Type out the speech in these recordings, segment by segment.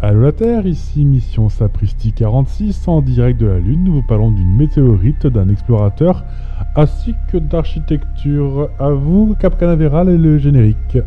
Allô la Terre, ici Mission Sapristi 46 en direct de la Lune. Nous vous parlons d'une météorite, d'un explorateur, ainsi que d'architecture. À vous, Cap Canaveral et le générique.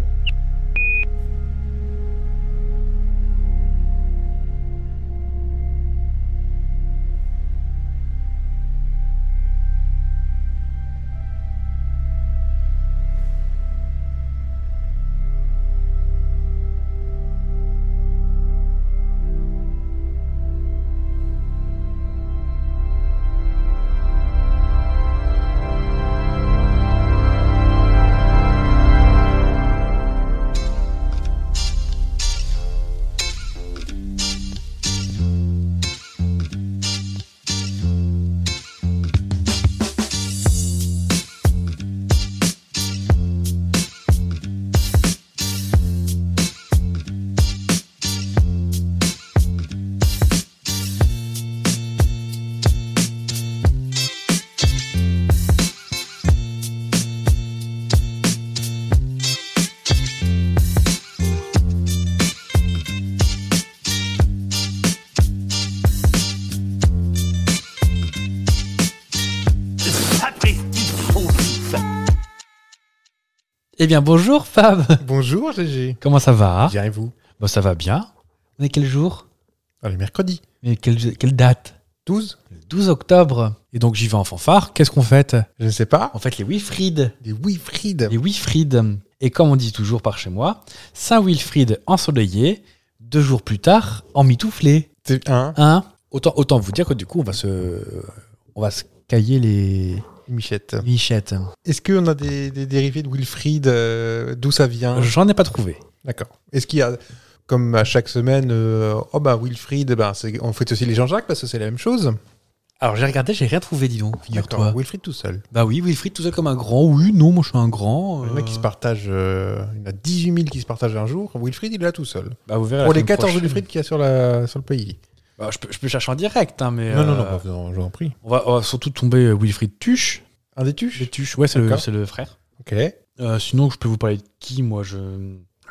Eh bien, bonjour Fab Bonjour GG. Comment ça va Bien et vous Bon, ça va bien. On est quel jour Allez, mercredi. Mais quelle, quelle date 12 Le 12 octobre. Et donc, j'y vais en fanfare. Qu'est-ce qu'on fête Je ne sais pas. On fête les Wilfried. Des Wilfried. Les Wilfried. Et comme on dit toujours par chez moi, Saint Wilfried ensoleillé, deux jours plus tard, en mitouflé. C'est un. Hein autant, autant vous dire que du coup, on va se, on va se cailler les Michette. michettes. Est-ce qu'on a des, des dérivés de Wilfried euh, D'où ça vient J'en ai pas trouvé. D'accord. Est-ce qu'il y a, comme à chaque semaine, euh, oh bah Wilfried, bah, c'est- on fait aussi les Jean-Jacques parce que c'est la même chose Alors, j'ai regardé, j'ai rien trouvé, dis donc, D'accord. figure-toi. Wilfried tout seul. Bah oui, Wilfried tout seul comme un grand. Oui, non, moi je suis un grand. Le mec qui se partage, euh, il y en a 18 000 qui se partagent un jour. Wilfried, il est là tout seul. Pour les 14 Wilfried qu'il y a sur, la, sur le pays. Bah, je, peux, je peux chercher en direct, hein, mais. Non, non, non, euh, bah, non, je vous en prie. on, va, on va surtout tomber euh, Wilfried Tuche. Un des tuches Tuche, ouais, c'est le, D'accord. c'est le frère. Ok. Euh, sinon, je peux vous parler de qui, moi Je.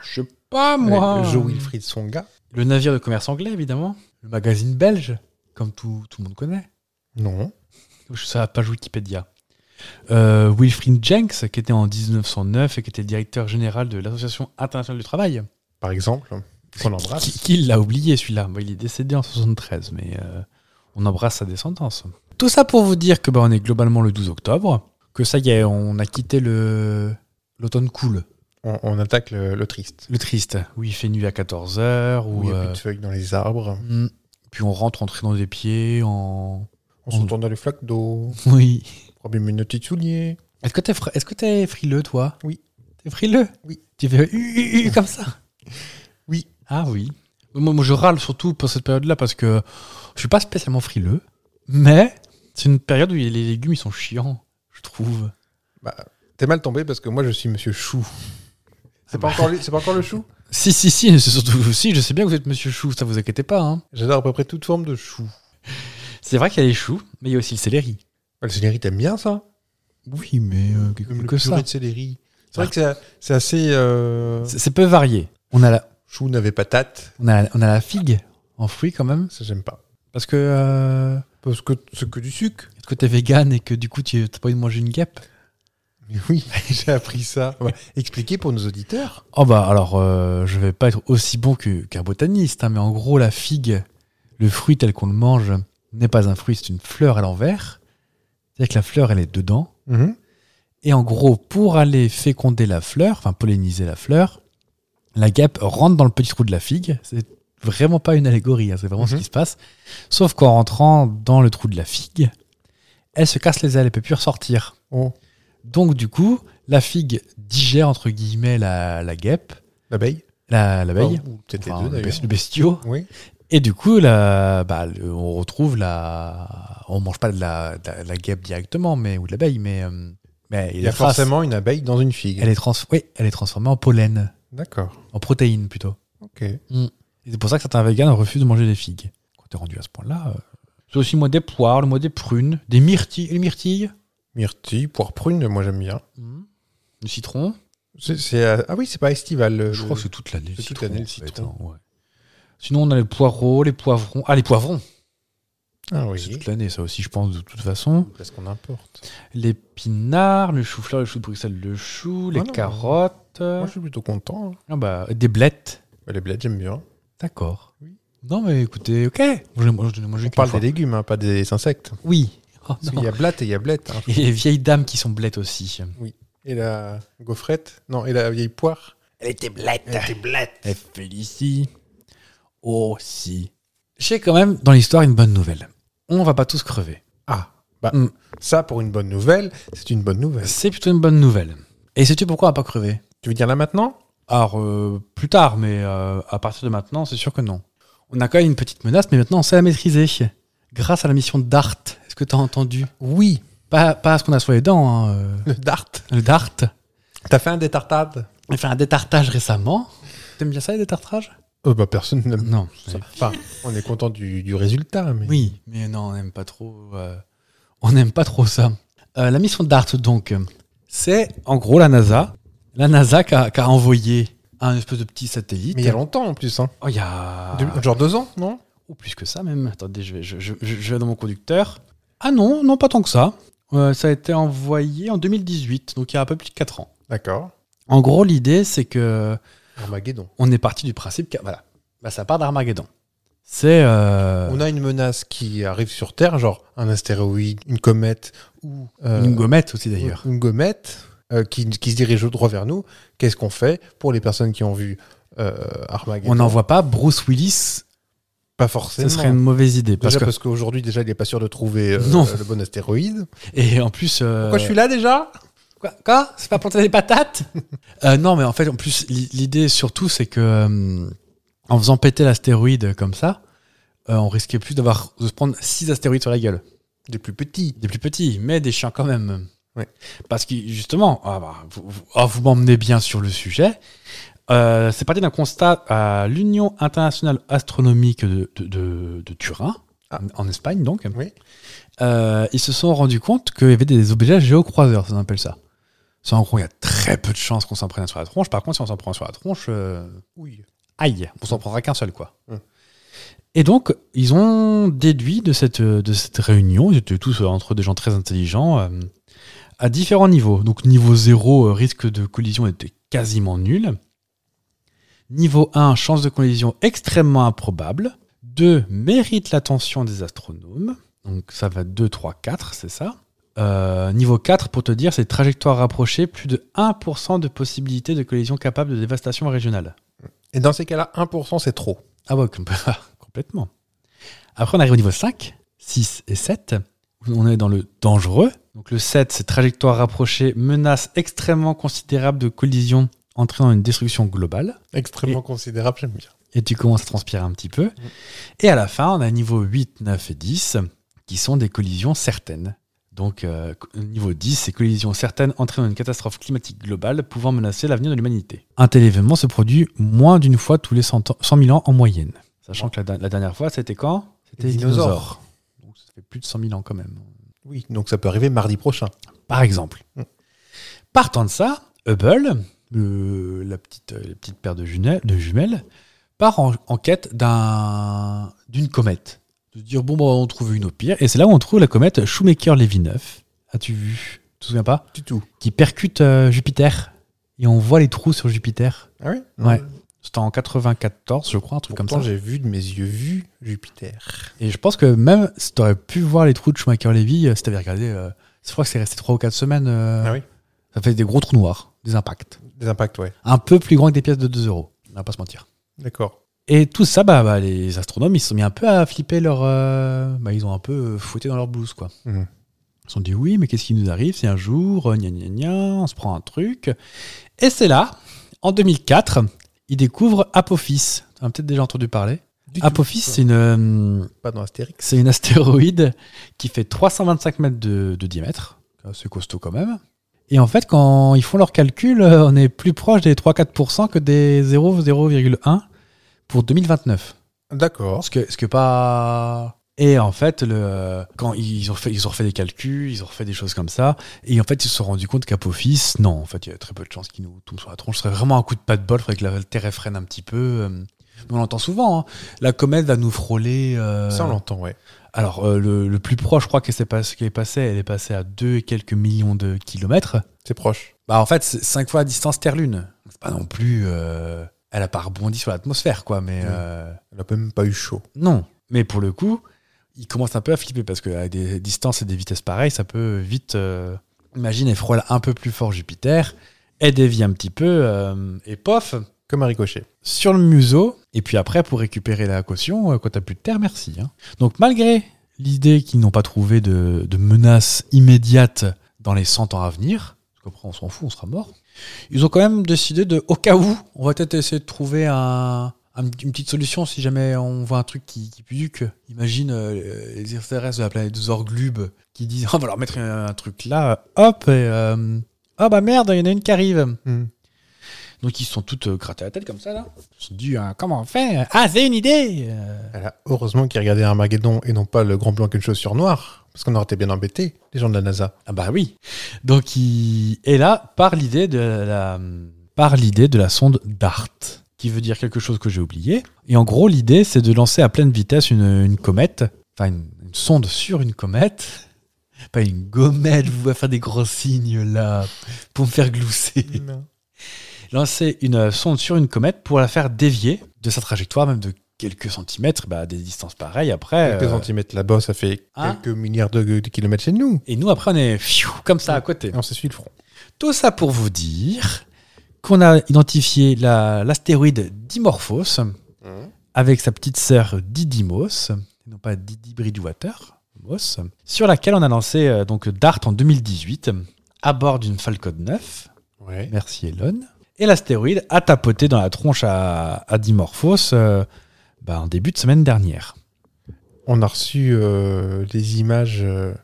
Je sais pas, moi. Euh, Avec Joe Wilfried Songa. Le navire de commerce anglais, évidemment. Le magazine belge, comme tout, tout le monde connaît. Non. Je sais pas, page Wikipédia. Euh, Wilfried Jenks, qui était en 1909 et qui était le directeur général de l'Association internationale du travail. Par exemple, qu'on embrasse. Ah. Qui, qui l'a oublié celui-là Bon, Il est décédé en 73, mais euh, on embrasse sa descendance. Tout ça pour vous dire que bah, on est globalement le 12 octobre, que ça y est, on a quitté le l'automne cool, on, on attaque le, le triste. le triste, où il fait nuit à 14h, Où où, il n'y a euh, plus de feuilles dans les arbres. hmm, puis on rentre en traînant des pieds, en... On on- se tourne dans les flaques d'eau. Oui. Problème une petite soulier. Est-ce que t'es fr- est-ce que t'es frileux, toi Oui. T'es frileux Oui. Tu fais hu, hu, hu comme ça Oui. Ah oui. Moi, moi, je râle surtout pour cette période-là parce que je suis pas spécialement frileux, mais c'est une période où les légumes ils sont chiants, je trouve. Bah, T'es mal tombé parce que moi je suis Monsieur Chou. C'est Ah pas, bah. encore lui- c'est pas encore le chou Si, si, si, mais c'est surtout aussi, je sais bien que vous êtes monsieur chou, ça vous inquiétez pas. hein. J'adore à peu près toute forme de chou. C'est vrai qu'il y a les choux, mais il y a aussi le céleri. Ah, Le céleri, t'aimes bien ça Oui, mais euh, que, Même que le purée ça. de céleri. C'est vrai que c'est- c'est assez. euh, C'est c'est peu varié. On a, la, Chou n'avait patate. on, a, on a la figue en fruits quand même, Ça, j'aime pas. parce que euh, Parce que c'est que du sucre. est-ce que t'es vegan et que du coup tu t'as pas envie de manger une guêpe Mais oui, j'ai appris ça. Bah, expliquez pour nos auditeurs. Oh bah alors, euh, je vais pas être aussi bon que- qu'un botaniste, hein, mais en gros, la figue, le fruit tel qu'on le mange, n'est pas un fruit, c'est une fleur à l'envers. C'est-à-dire que la fleur, elle est dedans. Mm-hmm. Et en gros, pour aller féconder la fleur, enfin polliniser la fleur, la guêpe rentre dans le petit trou de la figue. C'est vraiment pas une allégorie, hein, c'est vraiment ce Mhm. qui se passe. Sauf qu'en rentrant dans le trou de la figue, elle se casse les ailes, elle peut plus ressortir. Oh, Donc du coup, la figue digère entre guillemets la, la guêpe, l'abeille. la l'abeille. Oh, ou Peut-être les Enfin, deux le bes- d'ailleurs. le bestiau. Oui. Et du coup, la, bah, le- on retrouve la. On mange pas de la, de la, de la guêpe directement, mais ou de l'abeille, mais, euh, mais Il y a traces. forcément une abeille dans une figue. Elle est trans- oui, elle est transformée en pollen, D'accord. en protéines plutôt. Ok. Et c'est pour ça que certains vegans refusent de manger des figues. Quand t'es rendu à ce point-là, euh, c'est aussi moi des poires, moi des prunes, des myrtilles, une myrtille, Myrtille, poire prune, moi j'aime bien. du citron. C'est- c'est, euh, ah oui, c'est pas estival. le- Je le- crois que c'est toute l'année. le c'est toute citron, l'année, le en fait, citron. hein, ouais. Sinon, on a les poireaux, les poivrons. Ah, les poivrons Ah C'est oui. toute l'année, ça aussi, je pense, de toute façon. Parce qu'on importe. L'épinard, le chou-fleur, le chou de Bruxelles, le chou, les Ah non. carottes. Moi, je suis plutôt content. hein. Ah bah, des blettes. Bah, Les blettes, j'aime bien. D'accord. Non, mais écoutez, ok. Moi, moi, je- moi, j'ai On qu'une parle fois. des Ah, légumes, hein, pas des insectes. Oui. Oh, Parce non. qu'il y a blatte et il y a blette. hein. Et les vieilles dames qui sont blettes aussi. Et la gaufrette. Non, et la vieille poire. Elle était blette. Elle était blette. Elle Eh, Félicie. Oh, si. J'ai quand même dans l'histoire une bonne nouvelle. On va pas tous crever. Ah, bah, Mm. ça, pour une bonne nouvelle, c'est une bonne nouvelle. C'est plutôt une bonne nouvelle. Et sais-tu pourquoi on va pas crever Tu veux dire là maintenant Alors, euh, plus tard, mais euh, à partir de maintenant, c'est sûr que non. On a quand même une petite menace, mais maintenant, on sait la maîtriser. Grâce à la mission DART. Est-ce que tu as entendu Oui. Pas, pas ce qu'on a sur les dents, hein, euh, Le dart. le DART. T'as fait un détartade On a fait un détartage récemment. T'aimes bien ça, les détartrages euh, bah, Personne n'aime Non. ça. Enfin, on est content du, du résultat. Mais... Oui, mais non, on n'aime pas trop. euh, on n'aime pas trop ça. Euh, la mission DART, donc, c'est en gros la NASA. La NASA qui a, qui a envoyé un espèce de petit satellite. Mais il y a longtemps en plus. Hein. Oh, il y a- Deux- Genre deux ans, non ou plus que ça même. Attendez, je vais, je, je- je- je vais dans mon conducteur. Ah non, non, pas tant que ça. Euh, ça a été envoyé en 2018, donc il y a un peu plus de 4 ans. D'accord. En gros, l'idée, c'est que Armageddon. on est parti du principe que voilà, bah, ça part d'Armageddon. C'est euh, On a une menace qui arrive sur Terre, genre un astéroïde, une comète ou euh, une gommette aussi d'ailleurs. Une gommette euh, qui, qui se dirige droit vers nous. Qu'est-ce qu'on fait pour les personnes qui ont vu euh, Armageddon On n'envoie pas Bruce Willis, pas ce forcément. serait une mauvaise idée. Parce Déjà que... parce qu'aujourd'hui déjà il est pas sûr de trouver euh, Non. le bon astéroïde. Et en plus. euh, Pourquoi je suis là déjà Quoi, quoi C'est pas planter des patates Euh, Non, mais en fait, en plus, l'i- l'idée surtout, c'est que euh, en faisant péter l'astéroïde comme ça, euh, on risquait plus d'avoir de se prendre six astéroïdes sur la gueule. Des plus petits. Des plus petits, mais des chiens quand même. Ouais. Parce que justement, ah bah, vous, vous- ah, vous m'emmenez bien sur le sujet. Euh, c'est parti d'un constat à l'Union internationale astronomique de, de- de- de Turin, Ah. en en Espagne donc. Oui. Euh, ils se sont rendus compte qu'il y avait des objets géocroiseurs, ça s'appelle ça. Ça, en gros, il y a très peu de chances qu'on s'en prenne un sur la tronche. Par contre, si on s'en prend un sur la tronche, euh, Oui. aïe, on s'en prendra qu'un seul, quoi. Hum. Et donc, ils ont déduit de cette, euh, de cette réunion, ils étaient tous euh, entre des gens très intelligents, euh, à différents niveaux. Donc, niveau 0, euh, risque de collision était quasiment nul. Niveau 1, chance de collision extrêmement improbable. 2, mérite l'attention des astronomes. Donc, ça va 2, 3, 4, c'est ça. Euh, niveau 4, pour te dire, c'est trajectoire rapprochée, plus de 1% de possibilité de collision capable de dévastation régionale. Et dans ces cas-là, 1% c'est trop. Ah ouais, com- complètement. Après, on arrive au niveau 5, 6 et 7. où On est dans le dangereux. Donc le 7, c'est trajectoire rapprochée, menace extrêmement considérable de collision entraînant une destruction globale. Extrêmement considérable, j'aime bien. Et tu commences à transpirer un petit peu. Mm. Et à la fin, on a niveau 8, 9 et 10, qui sont des collisions certaines. Donc euh, co- niveau 10, c'est collision certaine entraînant une catastrophe climatique globale pouvant menacer l'avenir de l'humanité. Un tel événement se produit moins d'une fois tous les 100 ans- 100 000 ans en moyenne. Sachant que la, da- la dernière fois, c'était quand C'était Les dinosaures. Donc ça fait plus de 100 000 ans quand même. Oui, donc ça peut arriver mardi prochain. Par exemple. Mm. Partant de ça, Hubble, euh, la, petite, euh, la petite paire de, jumelles- de jumelles, part en, en quête d'un- d'une comète. De se dire, bon, bah, on trouve une au pire. Et c'est là où on trouve la comète Shoemaker-Levy 9. As-tu vu Tu te souviens pas Du tout. Qui percute euh, Jupiter. Et on voit les trous sur Jupiter. Ah oui Ouais. C'était en 94, je crois, un truc Pourtant, comme ça. j'ai vu de mes yeux vus Jupiter. Et je pense que même si t'aurais pu voir les trous de Schumacher-Levy, euh, si t'avais regardé, euh, je crois que c'est resté 3 ou 4 semaines, euh, Ah oui. ça fait des gros trous noirs, des impacts. Des impacts, ouais. Un peu plus grands que des pièces de 2 euros, on va pas se mentir. D'accord. Et tout ça, bah, bah, les astronomes, ils se sont mis un peu à flipper leur. euh, bah, ils ont un peu euh, fouetté dans leur blouse, quoi. Mhm. Ils se sont dit, oui, mais qu'est-ce qui nous arrive si un jour, euh, gna gna gna, on se prend un truc. Et c'est là, en 2004, ils découvrent Apophis. Tu as peut-être déjà entendu parler. Du Apophis, tout. c'est une. euh, Pas dans Astérix. c'est une astéroïde qui fait 325 mètres de, de diamètre. Ah, C'est costaud quand même. Et en fait, quand ils font leurs calculs, euh, on est plus proche des 3-4% que des 0,0,1 pour 2029. D'accord. Ce que, ce que pas. Et en fait, le, quand ils ont fait, ils ont refait des calculs, ils ont refait des choses comme ça, et en fait, ils se sont rendus compte qu'Apophis, non, en fait, il y a très peu de chances qu'il nous tombe sur la tronche. Ce serait vraiment un coup de pas de bol, faudrait que la Terre elle freine un petit peu. euh, Mais on l'entend souvent. hein. La comète va nous frôler. euh, Ça, on l'entend, ouais. Alors, euh, le, le plus proche, je crois, qu'est-ce qui est passé- qui est passé, elle est passée à 2 et quelques millions de kilomètres. C'est proche. Bah, en fait, c'est 5 fois la distance Terre-Lune. C'est pas non plus. euh, elle a pas rebondi sur l'atmosphère, quoi, mais. Ouais. euh, Elle a même pas eu chaud. non. Mais pour le coup, il commence un peu à flipper parce qu'à des distances et des vitesses pareilles, ça peut vite. euh, imagine, elle frôle un peu plus fort Jupiter, elle dévie un petit peu, euh, et pof, Comme un ricochet. sur le museau. Et puis après, pour récupérer la caution, euh, quand t'as plus de terre, merci. hein. Donc malgré l'idée qu'ils n'ont pas trouvé de, de menace immédiate dans les 100 ans à venir, parce qu'après on s'en fout, on sera mort, ils ont quand même décidé de, au cas où, on va peut-être essayer de trouver un- un- une petite solution si jamais on voit un truc qui, qui puduque. Imagine euh, les extraterrestres de la planète Zorglub qui disent on va leur mettre un, un truc là, hop, et... euh, ah bah merde, il y en a une qui arrive. Hmm. Donc ils sont toutes euh, grattées à la tête comme ça là. Ils se sont dit hein, comment on fait Ah c'est une idée. Euh, Elle a heureusement qu'ils regardaient Armageddon et non pas le grand plan qu'une chaussure noire. Parce qu'on aurait été bien embêtés, les gens de la NASA. Ah bah oui. Donc il et là par l'idée de la par l'idée de la sonde DART qui veut dire quelque chose que j'ai oublié. Et en gros l'idée c'est de lancer à pleine vitesse une, une comète, enfin une, une sonde sur une comète. Pas une gommette, vous pouvez faire des gros signes là pour me faire glousser. lancer une euh, sonde sur une comète pour la faire dévier de sa trajectoire, même de quelques centimètres, bah, à des distances pareilles après. Quelques euh, centimètres là-bas, ça fait Ah. quelques milliards de, de kilomètres chez nous. Et nous, après, on est pfiou, comme ça à côté. Et on s'essuie le front. Tout ça pour vous dire qu'on a identifié la- l'astéroïde Dimorphos Hmm. avec sa petite sœur Didymos, non pas Didi Bridgewater, Moss, sur laquelle on a lancé euh, donc DART en 2018 à bord d'une Falcon 9. Ouais. Merci Elon. Et l'astéroïde a tapoté dans la tronche à, à Dimorphos euh, bah, en début de semaine dernière. On a reçu euh, des images euh,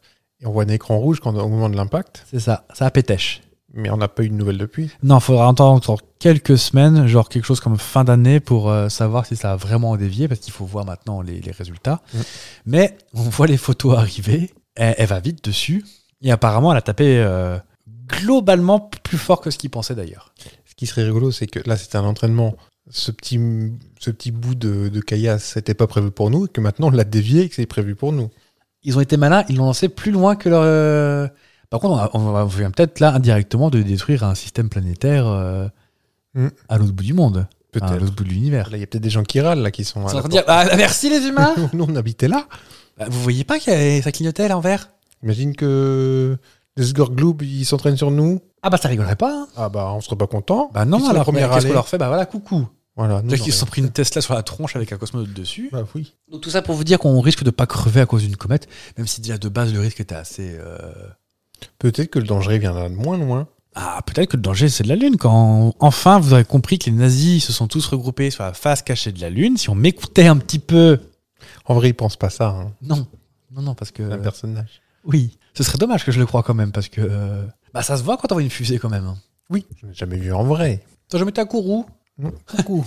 et on voit un écran rouge quand, au moment de l'impact, C'est ça, ça a pétèche. mais on n'a pas eu de nouvelles depuis. Non, faudra attendre encore quelques semaines, genre quelque chose comme fin d'année pour euh, savoir si ça a vraiment dévié, parce qu'il faut voir maintenant les, les résultats. Mm. Mais on voit les photos arriver, elle, elle va vite dessus, et apparemment elle a tapé euh, globalement plus fort que ce qu'il pensait d'ailleurs. Ce qui serait rigolo, c'est que là, c'était un entraînement. Ce petit, ce petit bout de, de caillasse, c'était pas prévu pour nous, et que maintenant on l'a dévié et que c'est prévu pour nous. Ils ont été malins, ils l'ont lancé plus loin que leur... euh, Par contre, on, a- on va- on vient peut-être là indirectement de détruire un système planétaire euh, Mm. à l'autre bout du monde, hein, Peut-être. à l'autre bout de l'univers. Là, il y a peut-être des gens qui râlent, là, qui sont. à Ils la sont en train de dire, Ah, merci les humains porte. nous, on habitait là. Bah, Vous voyez pas qu'il y avait- ça clignotait à l'envers Imagine que les Sgorgloub, ils s'entraînent sur nous. Ah bah ça rigolerait pas hein. Ah bah, on serait pas content. Bah Ils non, sont alors les premiers mais à qu'est-ce râler. qu'on leur fait Bah voilà, coucou. Voilà. nous, Ils on qu'ils se sont aurait- pris une Tesla sur la tronche avec un cosmonaute dessus. Bah oui. Donc tout ça pour vous dire qu'on risque de pas crever à cause d'une comète, même si déjà de base le risque était assez. euh, Peut-être que le danger viendra de moins loin. Ah, peut-être que le danger c'est de la Lune. Quand enfin vous aurez compris que les nazis se sont tous regroupés sur la face cachée de la Lune, si on m'écoutait un petit peu. En vrai, ils pensent pas ça, hein, Non, non, non, parce que. un personnage. oui. Ce serait dommage que je le croie quand même, parce que. euh, Bah ça se voit quand on voit une fusée quand même. hein. Oui. Je n'ai jamais vu en vrai. Toi, je m'étais à Kourou. Non. Coucou.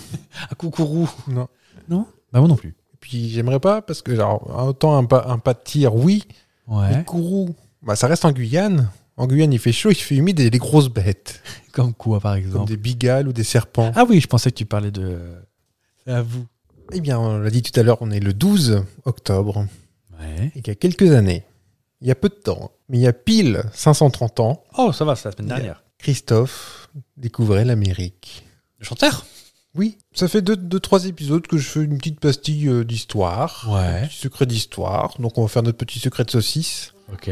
À Kourou. non. Bah moi non plus. Puis j'aimerais pas, parce que alors, autant un pas, un pas de tir, oui, Ouais. Mais Kourou, bah, ça reste en Guyane. En Guyane, il fait chaud, il fait humide et il y a des grosses bêtes, Comme quoi par comme exemple des bigales ou des serpents. Ah oui, je pensais que tu parlais de. C'est à vous. Eh bien, on l'a dit tout à l'heure, on est le 12 octobre, Ouais. et qu'il y a quelques années, il y a peu de temps, mais il y a pile 530 ans, Oh, ça va, c'est la semaine dernière. Christophe découvrait l'Amérique. Le chanteur Oui, ça fait deux, deux, trois épisodes que je fais une petite pastille euh, d'histoire, Ouais. un petit secret d'histoire, donc on va faire notre petit secret de saucisse. Ok.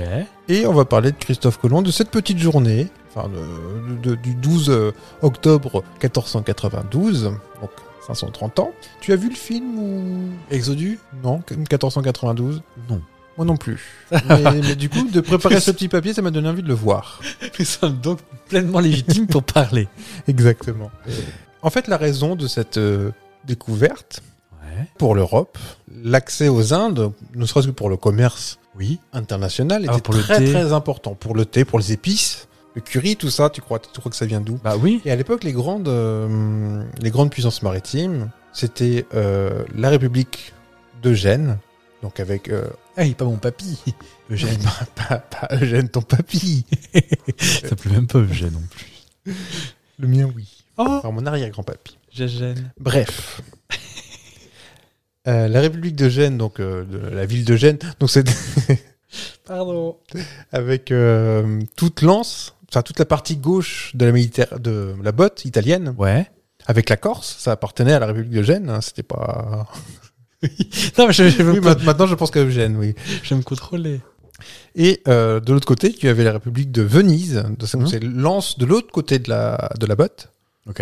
Et on va parler de Christophe Colomb, de cette petite journée, enfin de- de- du 12 octobre 1492, donc 530 ans. Tu as vu le film ou... Exodus Non, 1492 Non. Moi non plus. mais, mais du coup, de préparer ce petit papier, ça m'a donné envie de le voir. Nous sommes donc pleinement légitimes pour parler. Exactement. Euh, En fait, la raison de cette euh, découverte Ouais. pour l'Europe, l'accès aux Indes, ne serait-ce que pour le commerce Oui. international, Ah, était pour le très thé. très important. Pour le thé, pour les épices, le curry, tout ça, tu crois, tu crois que ça vient d'où Bah oui. Et à l'époque, les grandes, euh, les grandes puissances maritimes, c'était euh, la République de Gênes, donc avec euh, Ah, il est pas mon papy. Eugène. pas, pas Eugène, ton papy, ça s'appelait même pas Eugène non plus. le mien oui, Oh enfin mon arrière-grand-papy. Eugène. Bref, Euh, la République de Gênes, donc euh, de la ville de Gênes, donc c'est pardon, avec euh, toute l'Anse, enfin toute la partie gauche de la Méditer- de la botte italienne, Ouais. avec la Corse, ça appartenait à la République de Gênes, hein, c'était pas. non, mais je, je veux Oui, pas- ma- maintenant je pense que Gênes, oui. je vais me contrôler. Et euh, de l'autre côté, tu avais la République de Venise, de- c'est Mhm. c'est l'Anse de l'autre côté de la de la botte. Ok.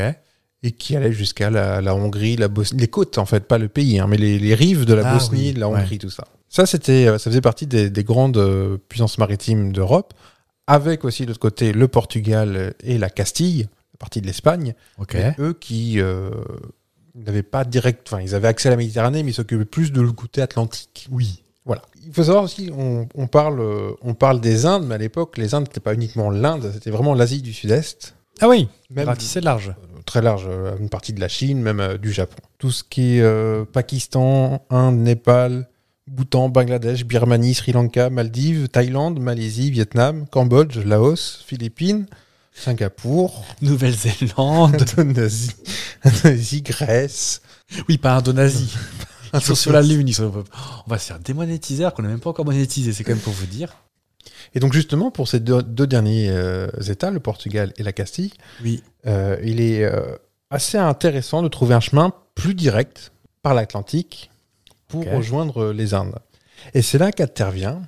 Et qui allait jusqu'à la, la Hongrie, la Bosnie, les côtes en fait, pas le pays, hein, mais les, les rives de la Ah Bosnie, oui, de la ouais. Hongrie, tout ça. Ça, c'était, euh, ça faisait partie des, des grandes euh, puissances maritimes d'Europe, avec aussi de l'autre côté le Portugal et la Castille, partie de l'Espagne. Ok. Mais Eux qui euh, n'avaient pas direct, enfin, ils avaient accès à la Méditerranée, mais ils s'occupaient plus de le côté atlantique. Oui. Voilà. Il faut savoir aussi, on, on parle, euh, on parle des Indes, mais à l'époque, les Indes n'étaient pas uniquement l'Inde, c'était vraiment l'Asie du Sud-Est. Ah oui, Même ratissé large. très large, euh, une partie de la Chine, même euh, du Japon. Tout ce qui est euh, Pakistan, Inde, Népal, Bhoutan, Bangladesh, Birmanie, Sri Lanka, Maldives, Thaïlande, Malaisie, Vietnam, Cambodge, Laos, Philippines, Singapour, Nouvelle-Zélande. Indonésie, Indonésie, Grèce. oui, pas Indonésie. Ils sont sur la Lune. Ils sont... Oh, On va se faire démonétiser alors qu'on n'a même pas encore monétisé. C'est quand même pour vous dire. Et donc justement, pour ces deux, deux derniers euh, États, le Portugal et la Castille, Oui. euh, il est euh, assez intéressant de trouver un chemin plus direct par l'Atlantique pour Ok. rejoindre euh, les Indes. Et c'est là qu'intervient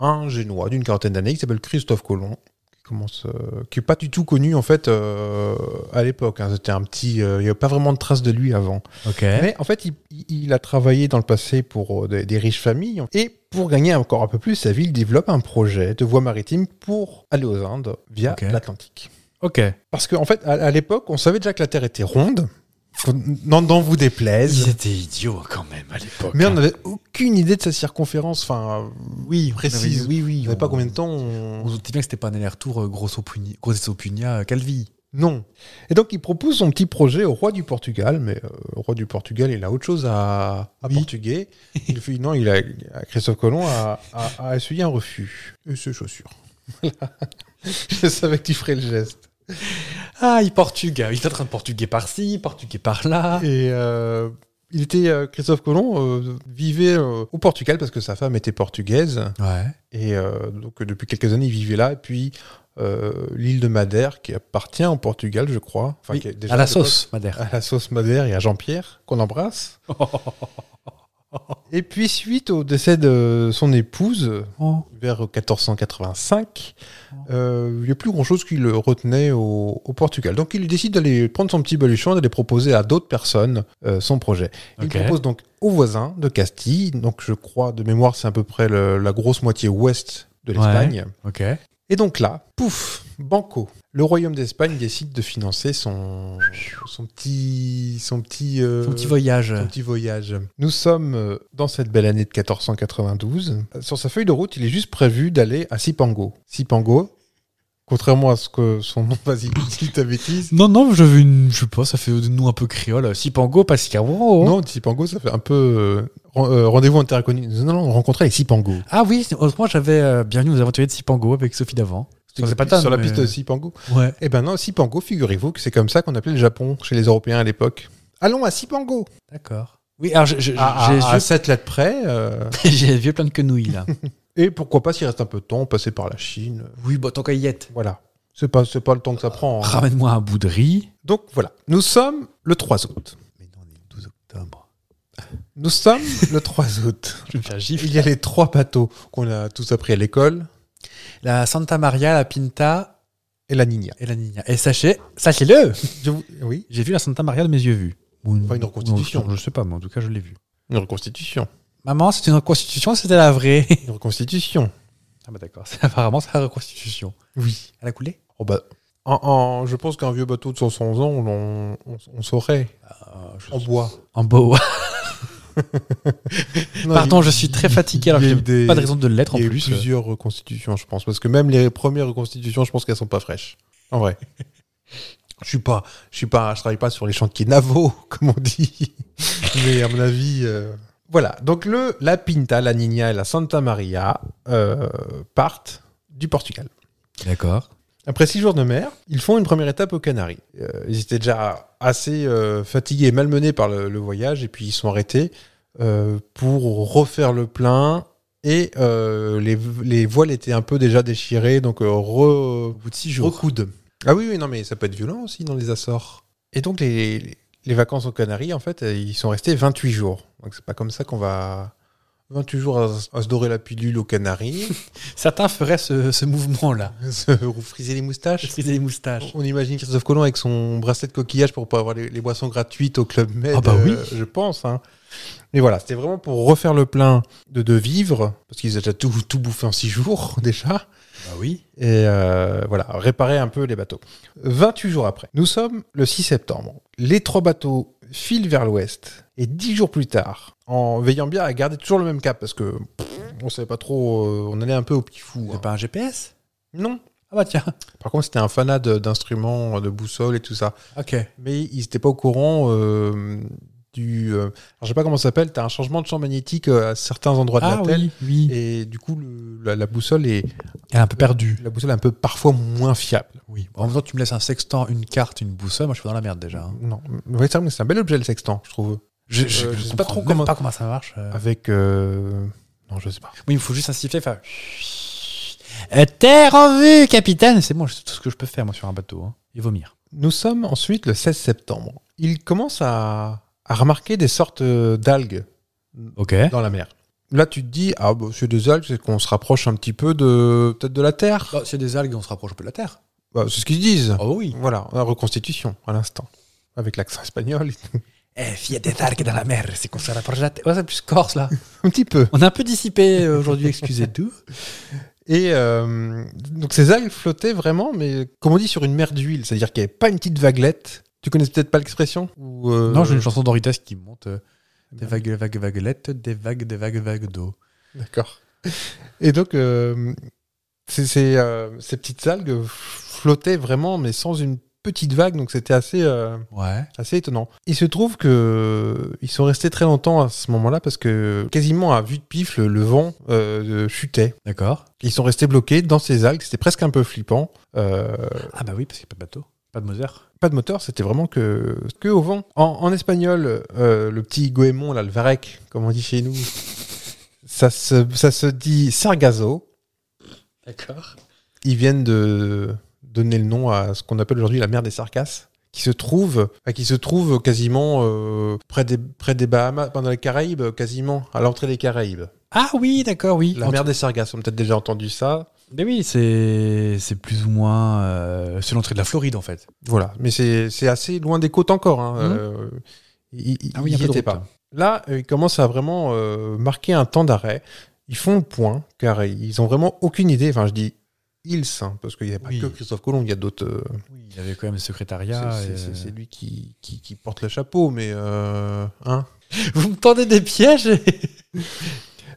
un Génois d'une quarantaine d'années qui s'appelle Christophe Colomb, qui commence, euh, qui est pas du tout connu en fait euh, à l'époque. hein. C'était un petit, euh, il n'y avait pas vraiment de traces de lui avant. Ok. Mais en fait, il, il- il a travaillé dans le passé pour euh, des, des riches familles. Et pour gagner encore un peu plus sa vie, il développe un projet de voie maritime pour aller aux Indes via Ok. l'Atlantique. Ok. Parce qu'en en fait, à, à l'époque, on savait déjà que la Terre était ronde. Faut- N'en n'en vous Ils déplaise. étaient idiots quand même à l'époque. Mais on n'avait aucune idée de sa circonférence. Enfin, euh, oui, précise. Oui, oui. il ne savait pas combien de temps. on- On se dit bien que c'était pas un aller-retour euh, grosso pugna, grosso pugna, euh, Calvi. Non. Et donc, il propose son petit projet au roi du Portugal, mais euh, le roi du Portugal, il a autre chose à, à Oui. portugais. Il fait, non, il a, à Christophe Colomb a, a, a essuyé un refus. Et ses chaussures. Voilà. Je savais que tu ferais le geste. Ah, il portugais. Il est en train de portugais par-ci, portugais par-là. Et euh, il était, euh, Christophe Colomb euh, vivait euh, au Portugal parce que sa femme était portugaise. Ouais. Et euh, donc, euh, depuis quelques années, il vivait là. Et puis, euh, l'île de Madère, qui appartient au Portugal, je crois. Enfin, Oui, qui est déjà à la l'époque- sauce, Madère. à la sauce Madère et à Jean-Pierre, qu'on embrasse. Et puis, suite au décès de son épouse, Oh. vers 1485, euh, il n'y a plus grand-chose qui le retenait au, au Portugal. Donc, il décide d'aller prendre son petit baluchon et d'aller proposer à d'autres personnes euh, son projet. Il Ok. propose donc aux voisins de Castille, donc je crois, de mémoire, c'est à peu près le- la grosse moitié ouest de l'Espagne. Ok. Et donc là, pouf, banco. Le royaume d'Espagne décide de financer son, son petit, son petit, euh, Son petit voyage. son petit voyage. Nous sommes euh, dans cette belle année de 1492. Euh, Sur sa feuille de route, il est juste prévu d'aller à Cipango. Cipango, contrairement à ce que son nom, vas-y, dis ta bêtise. Non, non, je veux une. Je sais pas, ça fait de nous un peu créole. Sipango, pas Sicaro. Non, Cipango, ça fait un peu euh, ren- euh, rendez-vous interconnu. Non, non, rencontrer les Cipango. Ah oui, autrement, j'avais euh, bienvenue aux aventuriers de Sipango avec Sophie d'avant. Sur, la, C'est pas pi- tard, sur la mais- piste de Cipango. Ouais. Eh ben non, Cipango, figurez-vous que c'est comme ça qu'on appelait le Japon chez les Européens à l'époque. Allons à Cipango D'accord. Oui, alors je- je- à, j'ai- à- à j'ai- sept lettres près. euh, j'ai les vieux plein de quenouilles là. et pourquoi pas, s'il reste un peu de temps, passer par la Chine. euh, oui, bon, tant qu'à y être. Voilà. C'est pas, c'est pas le temps que ça prend. hein. Ramène-moi un bout de riz. Donc voilà. Nous sommes le 3 août. Mais non, on est le 12 octobre. Nous sommes le 3 août. Je vais me faire gifler. Il y a les trois bateaux qu'on a tous appris à l'école La Santa Maria, la Pinta et la Nina. et la Nina. Et sachez, sachez-le, Je vous- Oui. j'ai vu la Santa Maria de mes yeux vus. Ou Pas une reconstitution. non, Je sais pas, mais en tout cas, je l'ai vue. Une reconstitution. Maman, c'est une reconstitution, c'était la vraie. Une reconstitution. Ah bah d'accord, c'est- apparemment c'est la reconstitution. Oui. Elle a coulé Oh bah, en- en- je pense qu'un vieux bateau de 500 ans, on, on- on saurait. Bah, En bois. En beau. Non, Pardon, il- je suis très fatigué alors il que y a j'ai eu des- pas de raison de l'être en Il y a eu plus. euh. plusieurs reconstitutions, je pense. Parce que même les premières reconstitutions, je pense qu'elles sont pas fraîches. En vrai. Je suis pas, je suis pas, je travaille pas sur les chantiers navaux, comme on dit. Mais à mon avis, euh, voilà. Donc le, la Pinta, la Nina et la Santa Maria euh, partent du Portugal. D'accord. Après six jours de mer, ils font une première étape aux Canaries. Euh, ils étaient déjà assez euh, fatigués et malmenés par le, le voyage, et puis ils sont arrêtés euh, pour refaire le plein. Et euh, les, les voiles étaient un peu déjà déchirées, donc euh, re, bout de six recoude. Ah oui, oui, non, mais ça peut être violent aussi dans les Açores. Et donc, les, les vacances aux Canaries, en fait, euh, ils sont restés 28 jours. Donc, c'est pas comme ça qu'on va. 28 jours à, s- à se dorer la pilule aux Canaries, Certains feraient ce, ce mouvement-là. se friser les moustaches. Friser les moustaches. On imagine Christophe Colomb avec son bracelet de coquillage pour pas avoir les, les boissons gratuites au Club Med. Ah bah oui. euh, je pense. hein. Mais voilà, c'était vraiment pour refaire le plein de, de vivres, parce qu'ils ont déjà tout, tout bouffé en 6 jours déjà. Bah oui. et euh, voilà, réparer un peu les bateaux. 28 jours après, nous sommes le 6 septembre. Les trois bateaux filent vers l'ouest et 10 jours plus tard, en veillant bien à garder toujours le même cap parce que pff, on savait pas trop, euh, on allait un peu au petit fou. hein. pas un GPS Non. Ah bah tiens. Par contre, c'était un fanat de- d'instruments, de boussoles et tout ça. Ok. Mais ils n'étaient pas au courant euh, du. euh, alors, je sais pas comment ça s'appelle, tu as un changement de champ magnétique euh, à certains endroits de la Terre. Ah oui. Et du coup, le- la, la boussole est, Elle est un peu perdue. la boussole est un peu parfois moins fiable. Oui. En même temps, tu me laisses un sextant, une carte, une boussole, moi je suis dans la merde déjà. hein. Non, oui, c'est vrai, mais c'est un bel objet le sextant, je trouve. Je, Euh, je sais comprends pas trop même comment- pas comment ça marche. euh. Avec. euh, Non, je sais pas. Oui, il faut juste un sifflet. Faire... Euh, Terre en vue, capitaine. C'est bon, c'est tout ce que je peux faire moi sur un bateau. hein. Et vomir. Nous sommes ensuite le 16 septembre. Il commence à, à remarquer des sortes euh, d'algues Ok. dans la mer. Là, tu te dis, ah, bah, c'est des algues, c'est qu'on se rapproche un petit peu de peut-être de la Terre. Bah, c'est des algues, on se rapproche un peu de la Terre. Bah, c'est ce qu'ils disent. Oh oui. Voilà, la reconstitution à l'instant. Avec l'accent espagnol, Eh, il y a des algues dans la mer, c'est qu'on se rapproche de la Terre. Ouais, c'est plus Corse là. un petit peu. On a un peu dissipé euh, aujourd'hui, excusez tout. Et euh, donc ces algues flottaient vraiment, mais comme on dit, sur une mer d'huile, c'est-à-dire qu'il n'y avait pas une petite vaguelette. Tu connais peut-être pas l'expression Ou, euh, Non, j'ai une chanson d'Henri Tess qui monte. euh, des vagues, vagues, vaguelettes, des vagues, des vagues, vagues d'eau. D'accord. Et donc, euh, ces, ces, euh, ces petites algues flottaient vraiment, mais sans une petite vague, donc c'était assez, euh, Ouais. assez étonnant. Il se trouve que ils sont restés très longtemps à ce moment-là parce que quasiment à vue de pif, le, le vent euh, chutait. D'accord. Ils sont restés bloqués dans ces algues, c'était presque un peu flippant. Euh, Ah bah oui, parce qu'il n'y a pas de bateau. Pas de Moser. pas de moteur, c'était vraiment que, que au vent. En, en espagnol, euh, le petit goémon, là, le varec, comme on dit chez nous, ça se, ça se dit sargasso. D'accord. ils viennent de donner le nom à ce qu'on appelle aujourd'hui la mer des Sargasses, qui se trouve, enfin, qui se trouve quasiment euh, près, des, près des Bahamas, pendant les Caraïbes, quasiment à l'entrée des Caraïbes. Ah oui, d'accord, oui. La mer des Sargasses, on a peut-être déjà entendu ça. Mais oui, c'est c'est plus ou moins. euh, c'est l'entrée de la Floride en fait. Voilà, mais c'est c'est assez loin des côtes encore. Hein. Mhm. Euh, ils- ils- Ah oui, il y a ils un peu de étaient route, pas. hein. Là, euh, ils commencent à vraiment euh, marquer un temps d'arrêt. Ils font le point, car ils ont vraiment aucune idée. Enfin, je dis ils, hein, parce qu'il n'y a pas Oui. que Christophe Colomb, il y a d'autres. euh, Oui, il y avait quand même le secrétariat. C'est- et, C'est c'est- euh, c'est lui qui, qui, qui porte le chapeau, mais. euh, hein Vous me tendez des pièges et-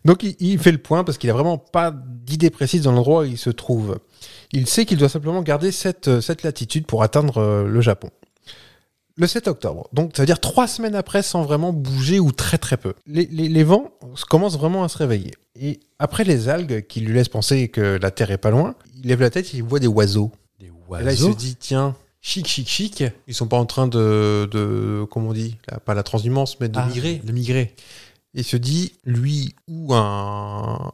Donc il, il fait le point parce qu'il a vraiment pas d'idée précise dans l'endroit où il se trouve. Il sait qu'il doit simplement garder cette, euh, cette latitude pour atteindre euh, le Japon. Le 7 octobre, donc ça veut dire trois semaines après sans vraiment bouger ou très très peu. Les, les- les vents s- commencent vraiment à se réveiller. Et après les algues qui lui laissent penser que la Terre est pas loin, il lève la tête et il voit des oiseaux. Des Et là il se oiseaux. dit tiens, Chic, chic, chic. ils sont pas en train de, de comment on dit, la- pas la transhumance, mais de Ah, migrer. De migrer. et se dit, lui ou un,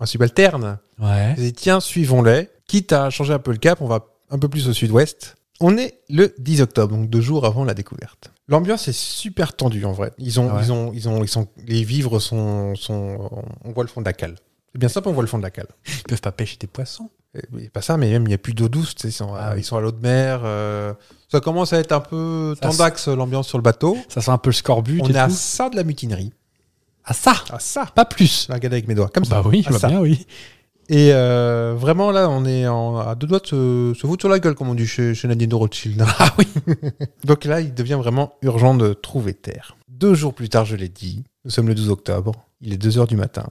un subalterne, Ouais. il se dit, tiens, suivons-les, quitte à changer un peu le cap, on va un peu plus au sud-ouest. On est le 10 octobre, donc deux jours avant la découverte. L'ambiance est super tendue en vrai. Ils ont, Ah ouais. ils ont, ils ont, ils sont, les vivres sont, sont, on voit le fond de la cale. C'est bien simple, on voit le fond de la cale. Ils peuvent pas pêcher des poissons. Et- mais pas ça, mais même il n'y a plus d'eau douce. tu sais, Ils sont, à- Ah oui. ils sont à l'eau de mer. euh, ça commence à être un peu Ça tendax euh, l'ambiance sur le bateau. Ça sent un peu le scorbut. On et est à tout. ça de la mutinerie. Ah, ça À ça. Pas plus. Je vais regarder avec mes doigts, comme ça. bah oui, À je vois ça. bien, oui. Et euh, vraiment, là, on est en- à deux doigts de se, se foutre sur la gueule, comme on dit chez, chez Nadine de Rothschild. Ah oui. Donc là, il devient vraiment urgent de trouver terre. Deux jours plus tard, je l'ai dit, nous sommes le 12 octobre, il est 2 heures du matin.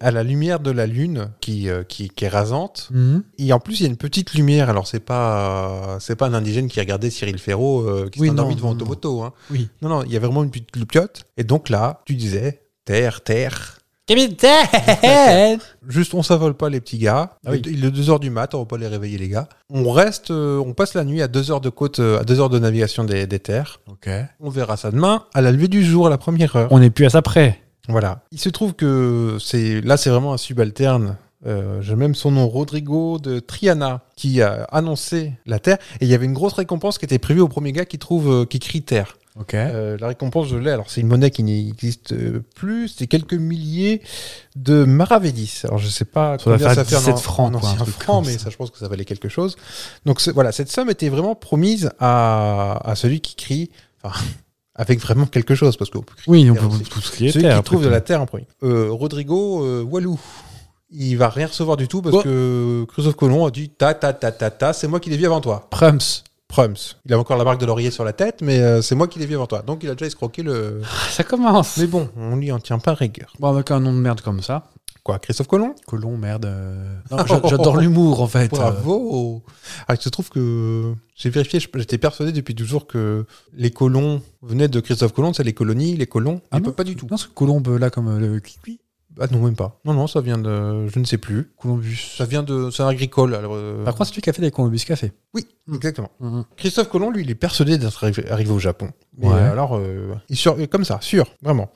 À la lumière de la lune, qui, euh, qui, qui est rasante, Hmm. et en plus, il y a une petite lumière. Alors, c'est pas, euh, c'est pas un indigène qui regardait Cyril Ferraud euh, qui Oui, s'est endormi non, devant non, Automoto. Hein. Oui. Non, non, il y a vraiment une petite loupiote. Et donc là, tu disais, terre, terre. Capitaine Juste, on s'avole pas les petits gars. Ah oui. Il est 2h du mat, on va pas les réveiller les gars. On reste, euh, on passe la nuit à 2 heures de côte, euh, à 2 heures de navigation des, des terres. Ok. On verra ça demain, à la levée du jour, à la première heure. On n'est plus à ça près. Voilà. Il se trouve que c'est là, c'est vraiment un subalterne. Euh, J'ai même son nom, Rodrigo de Triana, qui a annoncé la Terre. Et il y avait une grosse récompense qui était prévue au premier gars qui trouve, euh, qui crie Terre. Ok. Euh, la récompense, je l'ai. Alors, c'est une monnaie qui n'existe euh, plus. C'était quelques milliers de maravédis. Alors, je sais pas Ça doit combien faire ça fait 17 en, francs, en quoi, un ancien truc franc, comme mais ça. ça, je pense que ça valait quelque chose. Donc, ce- voilà, cette somme était vraiment promise à, à celui qui crie, enfin, avec vraiment quelque chose, parce qu'on peut crier oui, on Terre peut aussi. tout ce qui est celui terre, qui trouve de après la tout. terre en premier. Euh, Rodrigo euh, Walou. Il va rien recevoir du tout parce Oh. que Christophe Colomb a dit ta ta ta ta ta, c'est moi qui l'ai vu avant toi. Prums. Prums. Il a encore la marque de laurier sur la tête, mais euh, c'est moi qui l'ai vu avant toi. Donc il a déjà escroqué le. Ah, ça commence. Mais bon, on lui en tient pas rigueur. Bon, avec un nom de merde comme ça. Quoi, Christophe Colomb Colon, merde. euh. Non, j'a- J'adore l'humour, en fait. Euh, Bravo Ah, il se trouve que j'ai vérifié, je- j'étais persuadé depuis toujours que les colons venaient de Christophe Colomb, c'est les colonies, les colons. Ah il non. peut pas du tout. Non, ce Colombe, là, comme euh, le kiwi. Ah non, même pas. Non, non, ça vient de. Je ne sais plus. Columbus. Ça vient de. C'est un agricole. Alors, euh, Par contre, c'est lui qui a fait des Columbus Café. Oui, Mm. exactement. Christophe Colomb, lui, il est persuadé d'être arri- arrivé au Japon. Mais Ouais. euh, alors, euh, il sur- euh, comme ça, sûr, vraiment.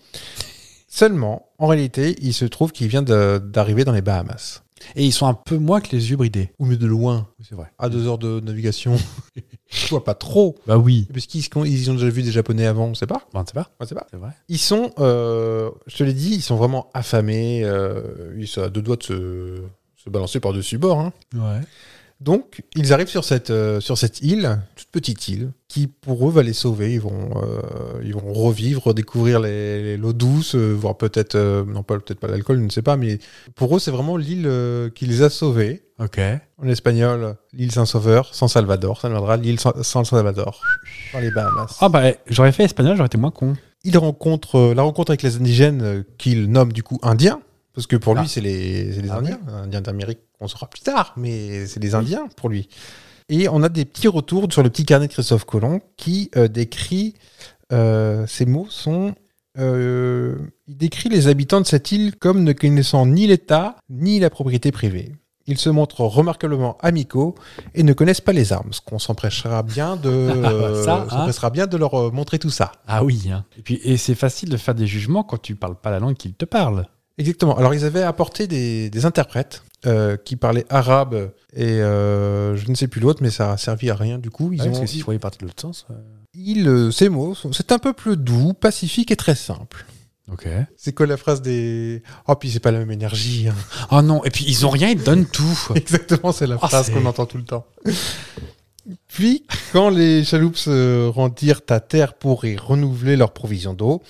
Seulement, en réalité, il se trouve qu'il vient de- d'arriver dans les Bahamas. Et ils sont un peu moins que les yeux bridés. Ou mieux de loin, Oui, C'est vrai. à deux heures de navigation. Je vois pas trop. Bah oui. Parce qu'ils se con- ils ont déjà vu des Japonais avant, on sait pas. Bon, c'est pas. On sait pas. C'est vrai. Ils sont, euh, je te l'ai dit, ils sont vraiment affamés. euh, ils sont à deux doigts de se, se balancer par-dessus bord. hein. Ouais. Donc, ils arrivent sur cette, euh, sur cette île, toute petite île, qui pour eux va les sauver. Ils vont, euh, ils vont revivre, redécouvrir les- les- l'eau douce, euh, voir peut-être, euh, non pas peut-être pas l'alcool, je ne sais pas, mais pour eux c'est vraiment l'île euh, qui les a sauvés. Ok. En espagnol, l'île Saint-Sauveur, San Salvador, San Salvador, l'île San San Salvador, dans les Bahamas. Ah bah, j'aurais fait espagnol, j'aurais été moins con. Il rencontre euh, la rencontre avec les indigènes euh, qu'il nomme du coup indiens, parce que pour Ah. lui c'est les, c'est les Ah oui. indiens, indiens d'Amérique, on saura plus tard, mais c'est les indiens pour lui. Et on a des petits retours sur le petit carnet de Christophe Colomb qui euh, décrit, euh, ces mots sont, euh, il décrit les habitants de cette île comme ne connaissant ni l'État ni la propriété privée. Ils se montrent remarquablement amicaux et ne connaissent pas les armes, ce qu'on s'empressera bien de, bah ça, on hein. s'empressera bien de leur euh, montrer tout ça. Ah oui. hein. Et puis, et c'est facile de faire des jugements quand tu parles pas la langue qu'ils te parlent. Exactement. Alors, ils avaient apporté des, des interprètes euh, qui parlaient arabe et euh, je ne sais plus l'autre, mais ça a servi à rien du coup. Ils Ouais, ont, parce que si je voyais partir de l'autre sens. euh. ils, euh, ces mots, sont- c'est un peuple doux, pacifique et très simple. Ok. C'est quoi la phrase des. Oh, puis c'est pas la même énergie. hein. Oh non. Et puis ils ont rien, ils te donnent tout. Exactement, c'est la Ah, phrase c'est- qu'on entend tout le temps. Puis, quand les chaloupes se rendirent à terre pour y renouveler leurs provisions d'eau,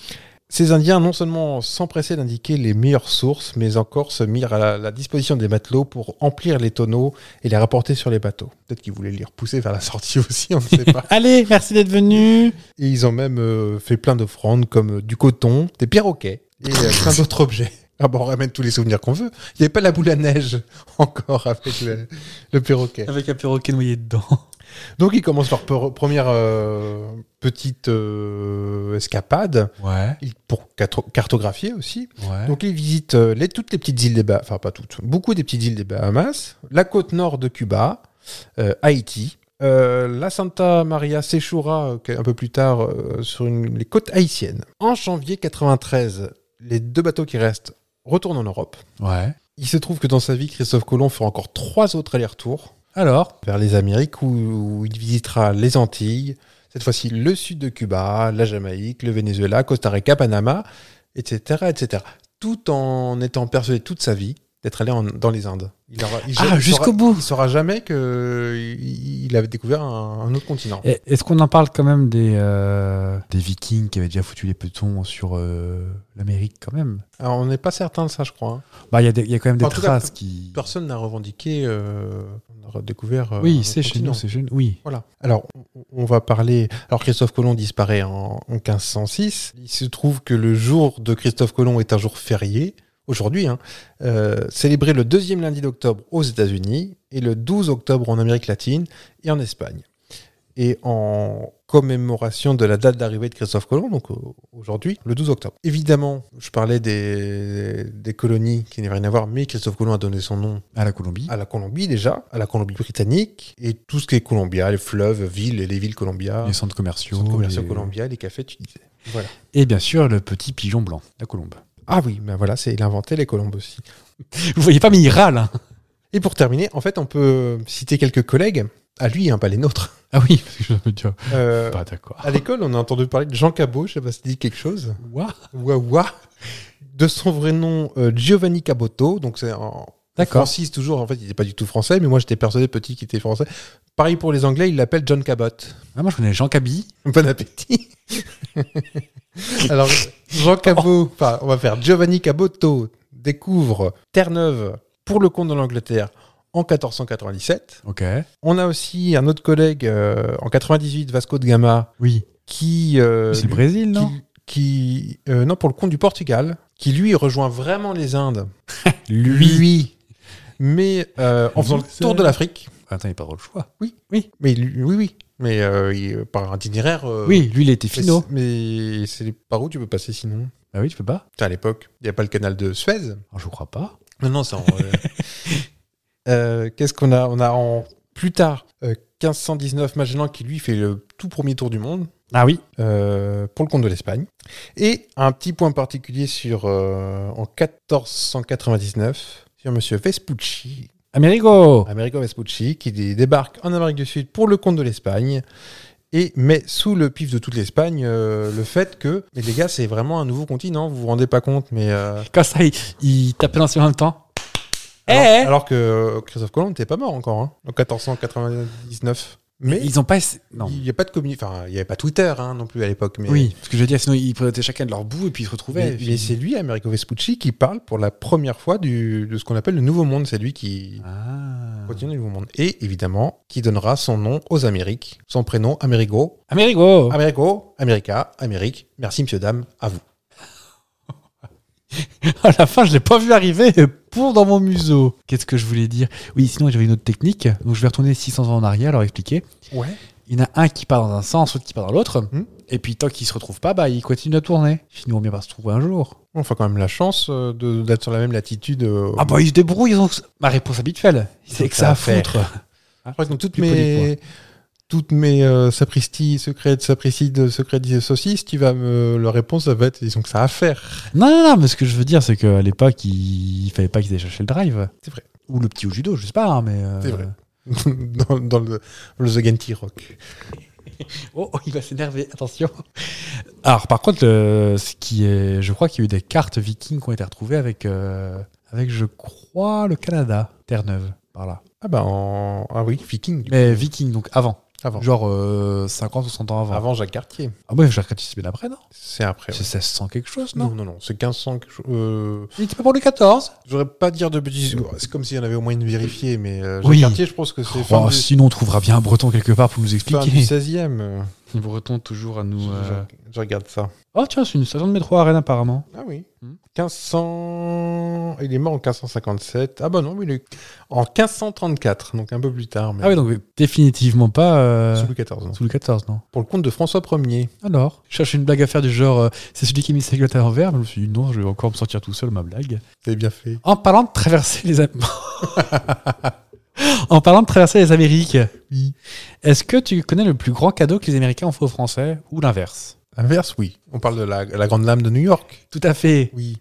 ces Indiens non seulement s'empressaient d'indiquer les meilleures sources, mais encore se mirent à la, la disposition des matelots pour emplir les tonneaux et les rapporter sur les bateaux. Peut-être qu'ils voulaient les repousser vers la sortie aussi, on ne sait pas. Allez, merci d'être venu. Et ils ont même euh, fait plein d'offrandes comme euh, du coton, des perroquets et euh, plein d'autres objets. Ah bon, on ramène tous les souvenirs qu'on veut. Il n'y avait pas la boule à neige encore avec le- le perroquet. Avec un perroquet noyé dedans. Donc ils commencent leur pre- première euh, petite euh, escapade Ouais. ils- pour catro- cartographier aussi. Ouais. Donc ils visitent euh, les, toutes les petites îles des Bahamas, enfin pas toutes, beaucoup des petites îles des Bahamas, la côte nord de Cuba, euh, Haïti, euh, la Santa Maria Sechura euh, qui est un peu plus tard euh, sur une- les côtes haïtiennes. En janvier 93, les deux bateaux qui restent retournent en Europe. ouais. Il se trouve que dans sa vie, Christophe Colomb fera encore trois autres allers-retours Alors. vers les Amériques où, où il visitera les Antilles, cette fois-ci le sud de Cuba, la Jamaïque, le Venezuela, Costa Rica, Panama, etc. etc. tout en étant persuadé toute sa vie d'être allé en- dans les Indes. Il aura- il- il Ah, saura- jusqu'au bout. Il saura jamais qu'il avait découvert un, un autre continent. Et- Est-ce qu'on en parle quand même des, euh, des vikings qui avaient déjà foutu les petons sur euh, l'Amérique quand même Alors, on n'est pas certain de ça, je crois. hein. Bah, il y, a des- il y a quand même des En tout cas, traces qui. Personne n'a revendiqué euh, on a redécouvert. euh, un Oui, autre c'est chez continent. nous, c'est chez nous. Oui. Voilà. Alors, on- on va parler. Alors, Christophe Colomb disparaît en, en 1506. Il se trouve que le jour de Christophe Colomb est un jour férié, aujourd'hui, hein, euh, célébré le deuxième lundi d'octobre aux États-Unis et le 12 octobre en Amérique latine et en Espagne. et en commémoration de la date d'arrivée de Christophe Colomb, donc au- aujourd'hui, le 12 octobre. Évidemment, je parlais des, des colonies qui n'avaient rien à voir, mais Christophe Colomb a donné son nom à la Colombie. à la Colombie déjà, à la Colombie britannique, et tout ce qui est Colombia, les fleuves, villes, et les villes Colombia, les centres commerciaux. Ah. centres commerciaux les- Colombia, les cafés, tu disais. Voilà. Et bien sûr, le petit pigeon blanc, la colombe. Ah oui, ben voilà, c'est il a inventé les colombes aussi. Vous voyez pas, mais il râle. hein. Et pour terminer, en fait, on peut euh, citer quelques collègues, à lui, hein, pas les nôtres. Ah oui, parce que je me dis, Euh, pas d'accord. à l'école, on a entendu parler de Jean Cabot, je sais pas si ça dit quelque chose. Ouah. Wawa, de son vrai nom euh, Giovanni Caboto, donc c'est en D'accord. Francis toujours, en fait il n'était pas du tout français, mais moi j'étais persuadé petit qu'il était français. Pareil pour les Anglais, il l'appelle John Cabot. Ah, moi, je connais Jean Cabi. Bon appétit Alors Jean Cabot, enfin on va faire Giovanni Caboto découvre Terre-Neuve pour le compte de l'Angleterre en 1497. Ok. On a aussi un autre collègue euh, en 98, Vasco de Gama, Oui. qui... euh, c'est le Brésil, non qui, qui- euh, non pour le compte du Portugal, qui lui rejoint vraiment les Indes, Lui. mais euh, en faisant le C'est- tour de l'Afrique. Attends, il n'y a pas trop le choix. Mais lui- oui, oui, mais euh, il- par un itinéraire. euh, oui, lui, il était mais finot. c'est- Mais c'est par où tu peux passer sinon Ah oui, tu peux pas Putain, À l'époque, il n'y a pas le canal de Suez. Alors, Ah, Je crois pas. Non, non, c'est en. euh, euh, Qu'est-ce qu'on a On a en plus tard euh, 1519 Magellan qui lui fait le tout premier tour du monde. Ah oui. euh, pour le compte de l'Espagne. Et un petit point particulier sur euh, en 1499 sur Monsieur Vespucci, Amerigo Amerigo Vespucci, qui dé- débarque en Amérique du Sud pour le compte de l'Espagne et met sous le pif de toute l'Espagne euh, le fait que mais les gars c'est vraiment un nouveau continent, vous vous rendez pas compte, mais euh, Quand ça, il, il tapait dans ses mains en même temps. Eh alors, eh alors que euh, Christophe Colomb n'était pas mort encore hein, en 1499. Mais Ils ont pas. essa- Non. il n'y a pas de communi- enfin il n'y avait pas Twitter hein, non plus à l'époque, mais Oui, parce que je veux dire, sinon ils présentaient chacun de leur bout et puis ils se retrouvaient. Mais, et puis- mais c'est lui, Amerigo Vespucci, qui parle pour la première fois du, de ce qu'on appelle le Nouveau Monde. C'est lui qui Ah. continue le Nouveau Monde. Et évidemment, qui donnera son nom aux Amériques. Son prénom, Amerigo. Amerigo Amerigo, America, Amérique. Merci, monsieur, dame, à vous. À la fin, je l'ai pas vu arriver pour dans mon museau. Qu'est-ce que je voulais dire Oui, sinon j'avais une autre technique. Donc je vais retourner 600 ans en arrière, leur expliquer. Ouais. Il y en a un qui part dans un sens, l'autre qui part dans l'autre. Hmm. Et puis tant qu'ils se retrouvent pas, bah ils continuent à tourner. Finiront bien par se trouver un jour. On fait quand même la chance euh, de- d'être sur la même latitude. euh, Ah bah ils se débrouillent, ils ont ma réponse habituelle. ont C'est que ça ça à à foutre. Je crois que donc toutes Plus poli, mes, toutes mes euh, sapristies, secrets de sapristies, de secrets de saucisses, tu vas me. Leur réponse, ça va être ils ont que ça à faire. Non, non, non, mais ce que je veux dire, c'est qu'à l'époque, il... il fallait pas qu'ils aient cherché le drive. C'est vrai. Ou le petit au judo, je sais pas, hein, mais. euh, C'est vrai. dans, dans le, le The Genty Rock. Oh, oh, il va s'énerver, attention. Alors, par contre, le- ce qui est, je crois qu'il y a eu des cartes vikings qui ont été retrouvées avec, euh, avec je crois, le Canada, Terre-Neuve, par là. Ah bah, en... ah oui, Viking. du coup. Mais vikings, donc avant. Avant. Genre euh, 50 ou 100 ans avant. Avant Ben Jacques Cartier. Ah, ouais, j'ai c'est bien après, non C'est après. C'est 1600 quelque chose, non, Non, non, non, c'est 1500. quelque chose. Euh, Il était pas pour le 14 J'aurais pas dire de bêtises. C'est comme s'il y en avait au moyen de vérifier, mais euh, Jacques Oui. Cartier, je pense que c'est Oh, fin, du, Sinon, on trouvera bien un breton quelque part pour nous fin du expliquer. 16e. euh, Les bretons, toujours à nous. je- je, je regarde ça. Oh, tiens, c'est une station de métro à Rennes, apparemment. Ah oui. Hmm. 1500. Il est mort en 1557. Ah bah non, mais il est en 1534, donc un peu plus tard. Mais... Ah, oui, donc définitivement pas euh, Sous Louis XIV, non. sous le 14, non Pour le compte de François Ier. Alors, je cherchais une blague à faire du genre euh, c'est celui qui a mis sa gueule à l'envers, mais je me suis dit non, je vais encore me sortir tout seul ma blague. C'est bien fait. En parlant de traverser les Am- En parlant de traverser les Amériques, Oui. est-ce que tu connais le plus grand cadeau que les Américains ont fait aux Français ou l'inverse Inverse, oui. On parle de la, la grande lame de New York. Tout à fait. Oui.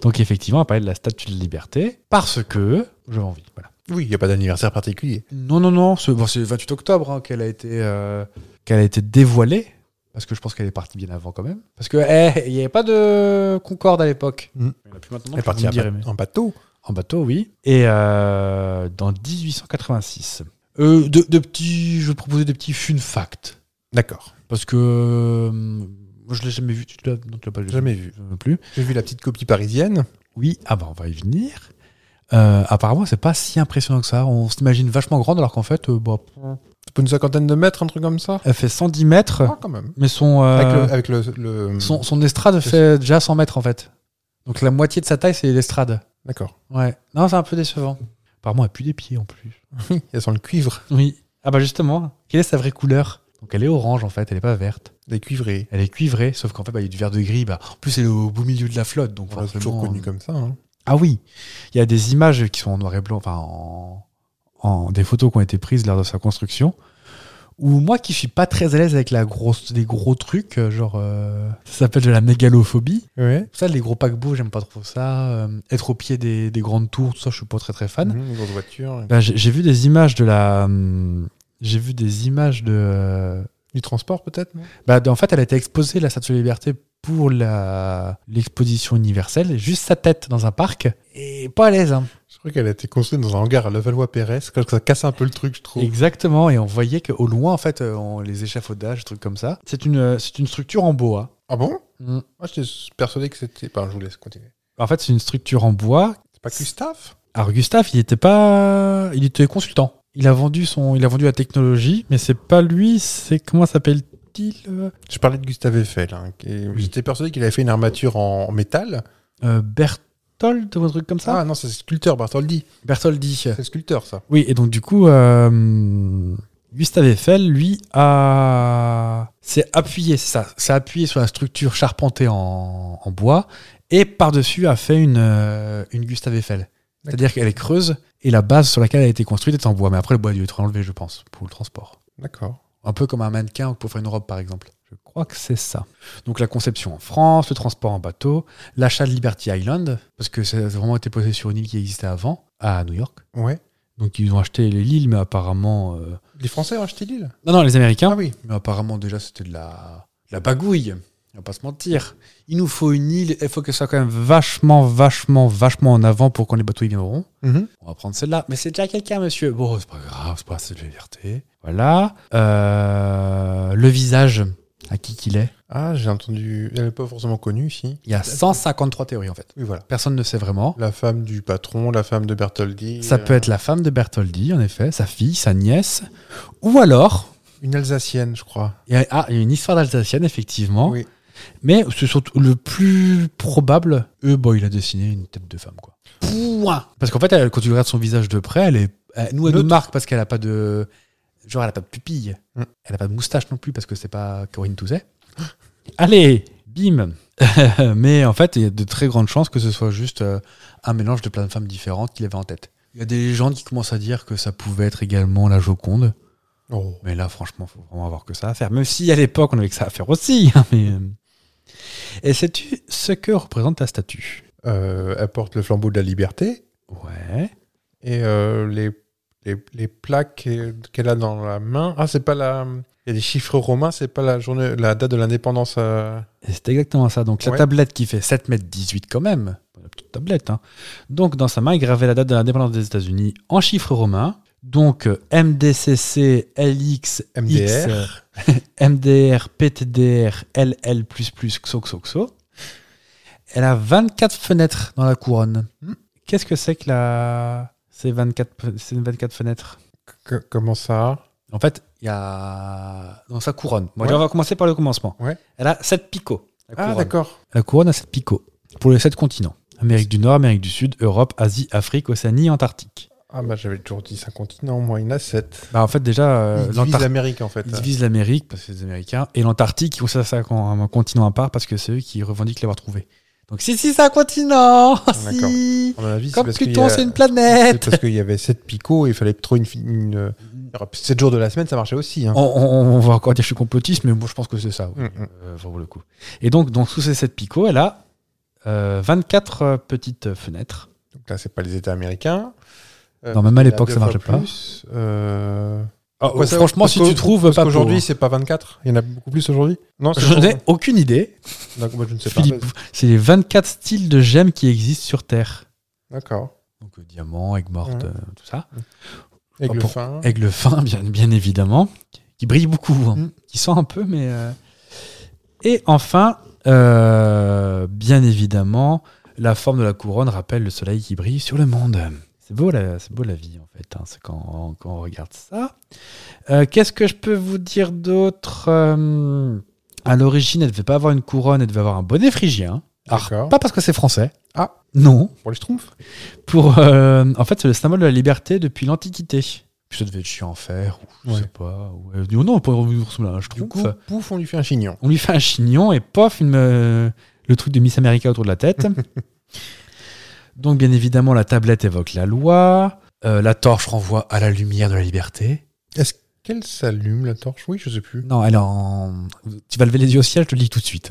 Donc effectivement, on parlait de la Statue de Liberté parce que je envie. Voilà. Oui, il n'y a pas d'anniversaire particulier. Non, non, non. C'est bon, c'est le 28 octobre hein, qu'elle a été euh, qu'elle a été dévoilée parce que je pense qu'elle est partie bien avant quand même. Parce que eh, il n'y avait pas de Concorde à l'époque. Mm. Il n'y en a plus maintenant. Elle est je peux partie vous en le dire, ba- mais- en bateau. En bateau, oui. Et euh, dans 1886. Euh, de, de petits, je vais te proposer des petits fun facts. D'accord. Parce que euh, moi, je l'ai jamais vu. Tu l'as non, tu l'as pas Jamais vu. Je veux plus. J'ai vu la petite copie parisienne. Oui, ah bah, on va y venir. Euh, apparemment, c'est pas si impressionnant que ça. On s'imagine vachement grande, alors qu'en fait, euh, bah, C'est pas une cinquantaine de mètres, un truc comme ça elle fait 110 mètres, Ah, quand même. mais son, euh, Avec le. Avec le, le- son, son estrade fait déjà 100 mètres en fait. Donc la moitié de sa taille, c'est l'estrade. D'accord. Ouais. Non, c'est un peu décevant. Apparemment, elle pue des pieds en plus. Oui, elles sont le cuivre. Oui. Ah bah justement, quelle est sa vraie couleur Donc elle est orange en fait, elle est pas verte. Les cuivrés. Elle est cuivrée, sauf qu'en fait, bah, il y a du vert de gris. Bah, en plus, elle est au beau milieu de la flotte. Donc On l'a forcément, toujours connu euh, comme ça. hein. Ah oui, il y a des images qui sont en noir et blanc, enfin en, en- des photos qui ont été prises lors de sa construction. Ou moi qui suis pas très à l'aise avec la grosse, les gros trucs, euh, genre euh, ça s'appelle de la mégalophobie. Ouais. Ça, les gros paquebots, j'aime pas trop ça. Euh, être au pied des, des grandes tours, tout ça, je suis pas très très fan. Mhm, une grosse voiture. Ben, j'ai j'ai vu des images de la, hum, j'ai vu des images de. euh, Du transport peut-être non bah, en fait, elle a été exposée, la Statue de la Liberté, pour la- l'exposition universelle, et juste sa tête dans un parc, et pas à l'aise. hein. Je crois qu'elle a été construite dans un hangar à Levallois-Perret. C'est quand ça casse un peu le truc, je trouve. Exactement, et on voyait qu'au loin, en fait, euh, on- les échafaudages, trucs comme ça. C'est une, euh, c'est une structure en bois. Ah bon Moi, j'étais persuadé que c'était. Enfin, je vous laisse continuer. En fait, c'est une structure en bois. C'est pas Gustave Alors Gustave, il était pas, il était consultant. Il a vendu son, il a vendu la technologie, mais c'est pas lui. C'est comment s'appelle-t-il euh Je parlais de Gustave Eiffel. hein, qui- J'étais persuadé qu'il avait fait une armature en métal. Euh, Berthold ou un truc comme ça. Ah non, c'est le sculpteur, Bartholdi. Bertholdi. C'est le sculpteur, ça. euh, Oui, et donc du coup, euh, Gustave Eiffel, lui, a... s'est appuyé, ça, s'est appuyé sur la structure charpentée en, en bois et par-dessus a fait une, euh, une Gustave Eiffel. C'est-à-dire qu'elle est creuse et la base sur laquelle elle a été construite est en bois. Mais après, le bois a dû être enlevé, je pense, pour le transport. D'accord. Un peu comme un mannequin pour faire une robe, par exemple. Je crois que c'est ça. Donc la conception en France, le transport en bateau, l'achat de Liberty Island, parce que ça a vraiment été posé sur une île qui existait avant, à New York. Ouais. Donc ils ont acheté les Lille, mais apparemment. euh, Les Français ont acheté l'île Non, non, les Américains. Ah oui. Mais apparemment, déjà, c'était de la... de la bagouille. On va pas se mentir. Il nous faut une île. Il faut qu'elle soit quand même vachement, vachement, vachement en avant pour quand les bateaux y viendront. Mhm. On va prendre celle-là. Mais c'est déjà quelqu'un, monsieur. Bon, c'est pas grave, c'est pas assez de liberté. Voilà. Euh, Le visage, à qui qu'il est. Ah, j'ai entendu. Elle n'est pas forcément connue ici. Il y a 153 théories, en fait. Oui, voilà. Personne ne sait vraiment. La femme du patron, la femme de Bertoldi. Ça euh, peut être la femme de Bertoldi, en effet, sa fille, sa nièce. Ou alors, Une Alsacienne, je crois. Il y a, ah, il y a une histoire d'Alsacienne, effectivement. Oui. Mais c'est surtout le plus probable. Eux, bon, il a dessiné une tête de femme, quoi. Point Parce qu'en fait, elle, quand tu regardes son visage de près, elle est. elle- nous, elle nous Neutre. marque parce qu'elle a pas de. Genre, elle a pas de pupille. Mm. Elle a pas de moustache non plus parce que c'est pas Corinne Touzet. Allez, bim Mais en fait, il y a de très grandes chances que ce soit juste euh, un mélange de plein de femmes différentes qu'il avait en tête. Il y a des légendes qui commencent à dire que ça pouvait être également la Joconde. Oh. Mais là, franchement, faut vraiment avoir que ça à faire. Même si à l'époque, on avait que ça à faire aussi. hein, mais, euh. Et sais-tu ce que représente la statue Euh, elle porte le flambeau de la liberté Ouais. et euh, les, les, les plaques qu'elle- qu'elle a dans la main. Ah, c'est pas la. Il y a des chiffres romains, c'est pas la, journée, la date de l'indépendance. euh, Et C'est exactement ça. Donc la Ouais. tablette qui fait 7 mètres 18 quand même. La petite tablette. hein. Donc dans sa main, il gravait la date de l'indépendance des États-Unis en chiffres romains. Donc euh, MDCC, LX, MDR. X, euh, MDR, PTDR, LL, XO, XO. Elle a 24 fenêtres dans la couronne. Hmm. Qu'est-ce que c'est que la... ces 24, pe- ces 24 fenêtres que- comment ça Ah, En fait, il y a... Dans sa couronne. Bon, Ouais. On va commencer par le commencement. Ouais. Elle a 7 picots. la Ah, couronne. d'accord. La couronne a sept picots pour les sept continents. Amérique du Nord, Amérique du Sud, Europe, Asie, Afrique, Océanie, Antarctique. Ah, bah j'avais toujours dit 5 continents, moi, il y en a 7. Bah, en fait, déjà, euh, Ils divisent l'Antarctique. l'Amérique, en fait. Ils divisent l'Amérique, parce que c'est les Américains, et l'Antarctique, ils considèrent ça comme un continent à part, parce que c'est eux qui revendiquent l'avoir trouvé. Donc, si, si, c'est un continent si À mon avis, c'est Comme parce qu'il y Pluton, a- c'est une C'est planète parce qu'il y avait 7 picots et il fallait trouver une. fi- une, 7 jours de la semaine, ça marchait aussi. hein. on, on- on va encore dire que je suis complotiste, mais moi, je pense que c'est ça. oui. Mm, mm. Euh, pour le coup. Et donc, donc, sous ces sept picots, elle a euh, 24 euh, petites fenêtres. Donc là, c'est pas les États américains. Euh, Non, même à il y a l'époque, deux ça fois marchait pas. plus. Euh, Ah, Pourquoi ça- franchement, parce si qu'au- tu trouves, pas Parce qu'aujourd'hui, pour- c'est pas 24. Il y en a beaucoup plus aujourd'hui. Non, c'est je n'ai aujourd'hui. aucune idée. D'accord, moi, je ne sais pas. Bah, Philippe, c'est les 24 styles de gemmes qui existent sur Terre. D'accord. Donc euh, diamant, aigle morte, Ouais. euh, tout ça. Avec le pour- Eh. fin. Aigle fin, bien, bien évidemment, qui brille beaucoup, hein, Mm. qui sent un peu, mais. euh, Et enfin, euh, bien évidemment, la forme de la couronne rappelle le soleil qui brille sur le monde. C'est beau, la, c'est beau la vie, en fait, hein, c'est quand, on- quand on regarde ça. Euh, qu'est-ce que je peux vous dire d'autre Euh, À l'origine, elle ne devait pas avoir une couronne, elle devait avoir un bonnet phrygien. Alors, D'accord. pas parce que c'est français. Ah. Non Pour les schtroumpfs pour euh, en fait c'est le symbole de la liberté depuis l'Antiquité. Puis ça devait être chiant à faire, ou je Ouais. sais pas. Ou elle dit, oh non, on pourrait revenir ressembler à un Du schtroumpf. coup, pouf, on lui fait un chignon. On lui fait un chignon et pof, il me- le truc de Miss America autour de la tête. Donc, bien évidemment, la tablette évoque la loi. Euh, la torche renvoie à la lumière de la liberté. Est-ce qu'elle s'allume la torche Oui, je sais plus. Non, elle est en. Tu vas lever les yeux au ciel, je te le dis tout de suite.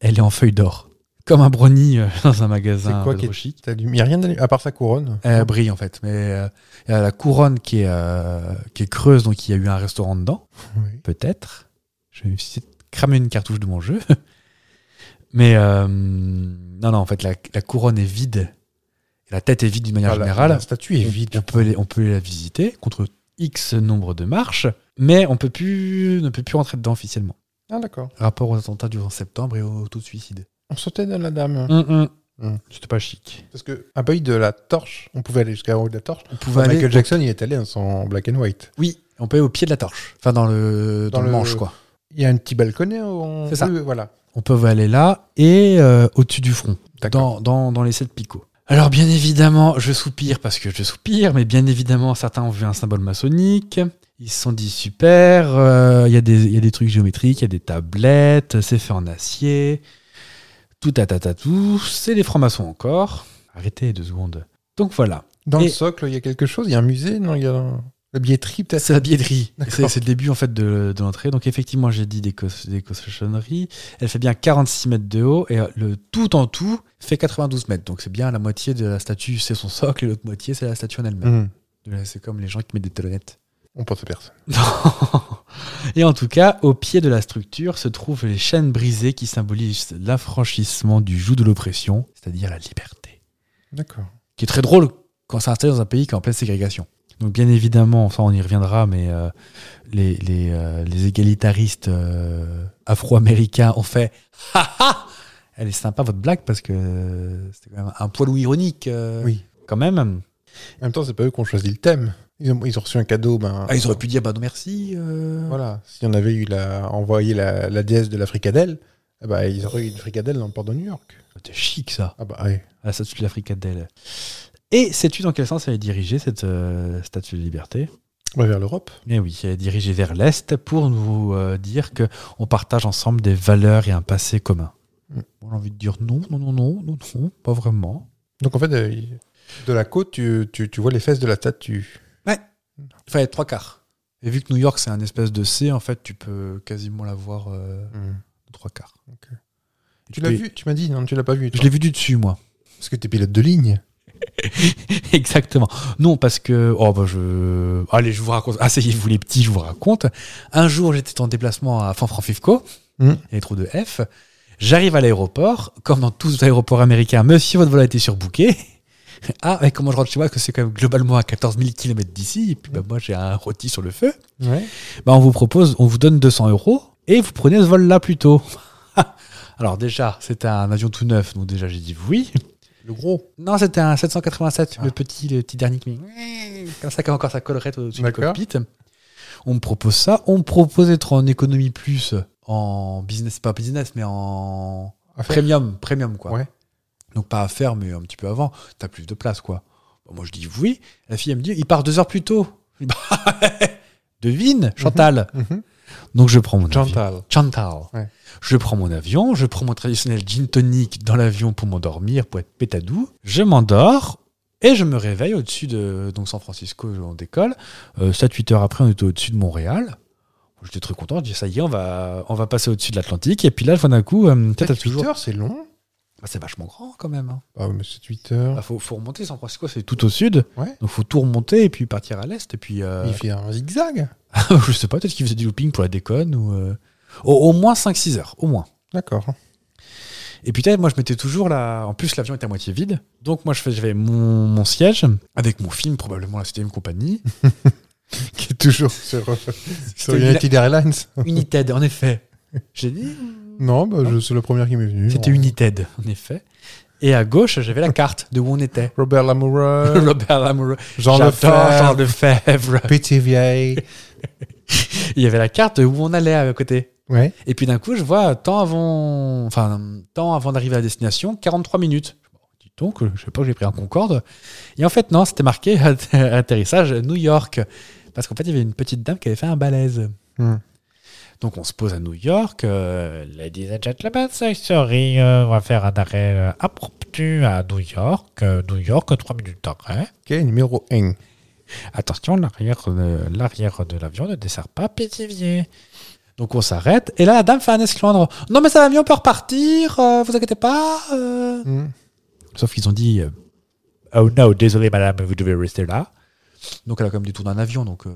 Elle est en feuille d'or. Comme un brownie euh, dans un magasin. C'est quoi de qui est- chic. T'allumes- Il n'y a rien d'allumé, à part sa couronne. Elle brille en fait, mais euh, il y a la couronne qui est, euh, qui est creuse, donc il y a eu un restaurant dedans, Oui. peut-être. Je vais essayer de cramer une cartouche de mon jeu. Mais euh, non, non, en fait, la, la couronne est vide. La tête est vide d'une manière Ah, la- générale. La statue est bah, On- vide. On peut, aller- on peut aller la visiter contre X nombre de marches, mais on peut plus, ne peut plus rentrer dedans officiellement. Ah, d'accord. Rapport aux attentats du 11 septembre et au taux de suicide. On sautait dans la dame. Hum, hum. Hum. C'était pas chic. Parce que, à bail de la torche, on pouvait aller jusqu'à en haut de la torche. On pouvait aller- Michael Jackson, il est allé dans son black and white. Oui, on peut aller au pied de la torche. Enfin, dans le, Dans dans le le- manche, quoi. Il y a un petit balconnet. On... C'est ça. Oui, oui, voilà. On peut aller là et euh, au-dessus du front, D'accord. dans, dans, dans les sept picots. Alors, bien évidemment, je soupire parce que je soupire, mais bien évidemment, certains ont vu un symbole maçonnique. Ils se sont dit super, euh, il y, a des- il y a des trucs géométriques, il y a des tablettes, c'est fait en acier. Tout à tout, c'est les francs-maçons encore. Arrêtez deux secondes. Donc voilà. Dans Et- le socle, il y a quelque chose. Il y a un musée. Non, il y a un- la billetterie, peut-être. C'est la billetterie. C'est D'accord. c'est le début en fait de, de l'entrée. Donc effectivement, j'ai dit des, cos, des cochonneries. Elle fait bien 46 mètres de haut et euh, le tout en tout fait 92 mètres. Donc c'est bien la moitié de la statue, c'est son socle et l'autre moitié, c'est la statue en elle-même. Hum, De là, C'est comme les gens qui mettent des talonnettes. On pense à personne. Non. et en tout cas, au pied de la structure se trouvent les chaînes brisées qui symbolisent l'affranchissement du joug de l'oppression, c'est-à-dire la liberté D'accord. qui est très drôle quand c'est installé dans un pays qui est en pleine ségrégation. Donc bien évidemment, enfin on y reviendra, mais euh, les, les, euh, les égalitaristes euh, afro-américains ont fait « Ha ha !» Elle est sympa votre blague parce que euh, c'était quand même un poil ou ironique euh, Oui. quand même. En même temps, c'est pas eux qui ont choisi le thème. Ils ont, ils ont reçu un cadeau. Ben, Ah, ils auraient pu dire « Bah non merci euh. Voilà. Si on avait eu la, envoyé la, la déesse de la fricadelle, eh ben, ils auraient eu une fricadelle dans le port de New York. C'était Oh, chic ça, Ah bah ouais. la statue de la fricadelle. Et sais-tu dans quel sens elle est dirigée cette euh, statue de liberté On va vers l'Europe. Mais Eh oui, elle est dirigée vers l'Est pour nous euh, dire que on partage ensemble des valeurs et un passé commun. Mm. Bon, J'ai envie de dire non, non, non, non, non, non, pas vraiment. Donc en fait, euh, il- de la côte, tu, tu- tu vois les fesses de la statue. Il fallait trois quarts. Et vu que New York, c'est un espèce de C, en fait, tu peux quasiment la voir euh, Hmm. trois quarts. Ok. Et Tu l'as peux- vu Tu m'as dit non, tu l'as pas vu. Je toi. l'ai vu du dessus, moi. Parce que t'es pilote de ligne. Exactement. Non, parce que. Oh, bah, je. Allez, je vous raconte. Ah, Asseyez-vous, les petits, je vous raconte. Un jour, j'étais en déplacement à Fanfranfifco, Mm. et trop de F. J'arrive à l'aéroport. Comme dans tous les aéroports américains, monsieur, votre vol a été surbooké. Ah, mais comment je rentre chez moi Parce que c'est quand même globalement à 14 000 km d'ici. Et puis, bah, moi, j'ai un rôti sur le feu. Ouais. Bah, on vous propose, on vous donne 200 euros et vous prenez ce vol-là plutôt. Alors, déjà, c'était un avion tout neuf, donc déjà, j'ai dit oui. Le gros. Non, c'était un 787, Ah. le petit, le petit dernier qui met- comme ça, qui a encore sa collerette au-dessus du D'accord. cockpit. On me propose ça. On me propose d'être en économie plus, en business, pas business, mais en Affaire. premium, premium quoi. Ouais. Donc pas à faire, mais un petit peu avant. T'as plus de place quoi. Bon, moi je dis oui. La fille elle me dit, il part deux heures plus tôt. Je dis, Bah, Devine, Chantal. Mhm. Donc je prends mon avion. Chantal. Chantal. Ouais. Je prends mon avion, je prends mon traditionnel gin tonic dans l'avion pour m'endormir, pour être pétadou. Je m'endors et je me réveille au-dessus de donc San Francisco, on décolle. Euh, 7-8 heures après, on était au-dessus de Montréal. J'étais très content, je dis ça y est, on va, on va passer au-dessus de l'Atlantique. Et puis là, je vois d'un coup, euh, peut-être à 7 toujours. heures, c'est long. Bah, c'est vachement grand quand même. hein. Ah mais c'est 8 heures. Bah, faut, faut remonter, San Francisco, c'est tout au sud. Ouais. Donc faut tout remonter et puis partir à l'est. Et puis. euh, Il fait un zigzag. je sais pas, peut-être qu'il faisait du looping pour la déconne. Ou, euh, au, au moins 5-6 heures, au moins. D'accord. Et putain, moi je mettais toujours là. En plus, l'avion était à moitié vide. Donc moi je fais- j'avais mon, mon siège avec mon film, probablement la 7 compagnie. Qui est toujours sur, euh, sur C'était une- United Airlines. United, en effet. J'ai dit. Non, bah, je- c'est la première qui m'est venue. C'était Bon. United, en effet. Et à gauche, j'avais la carte de où on était. Robert Lamoureux, Robert Lamoureux. Euh, Jean J'adore Jean Lefebvre, Lefebvre. Petit Vieille. Il y avait la carte de où on allait à côté. Ouais. Et puis d'un coup, je vois, tant avant, enfin, tant avant d'arriver à la destination, 43 minutes. Je me dis, donc, euh, je sais pas, j'ai pris un Concorde. Et en fait, non, c'était marqué atterrissage New York. Parce qu'en fait, il y avait une petite dame qui avait fait un malaise. Hmm. Donc, on se pose à New York. euh, Ladies and gentlemen, so sorry, euh, on va faire un arrêt euh, impromptu à New York. Euh, New York, 3 minutes d'arrêt. Ok, numéro 1. Attention, l'arrière de, l'arrière de l'avion ne dessert pas Pithiviers. Donc on s'arrête, et là la dame fait un esclandre. Non mais ça va mieux, on peut repartir, euh, vous inquiétez pas. euh. Mm. Sauf qu'ils ont dit, euh, oh no, désolé madame, vous devez rester là. Donc elle a quand même du tour d'un avion, donc euh,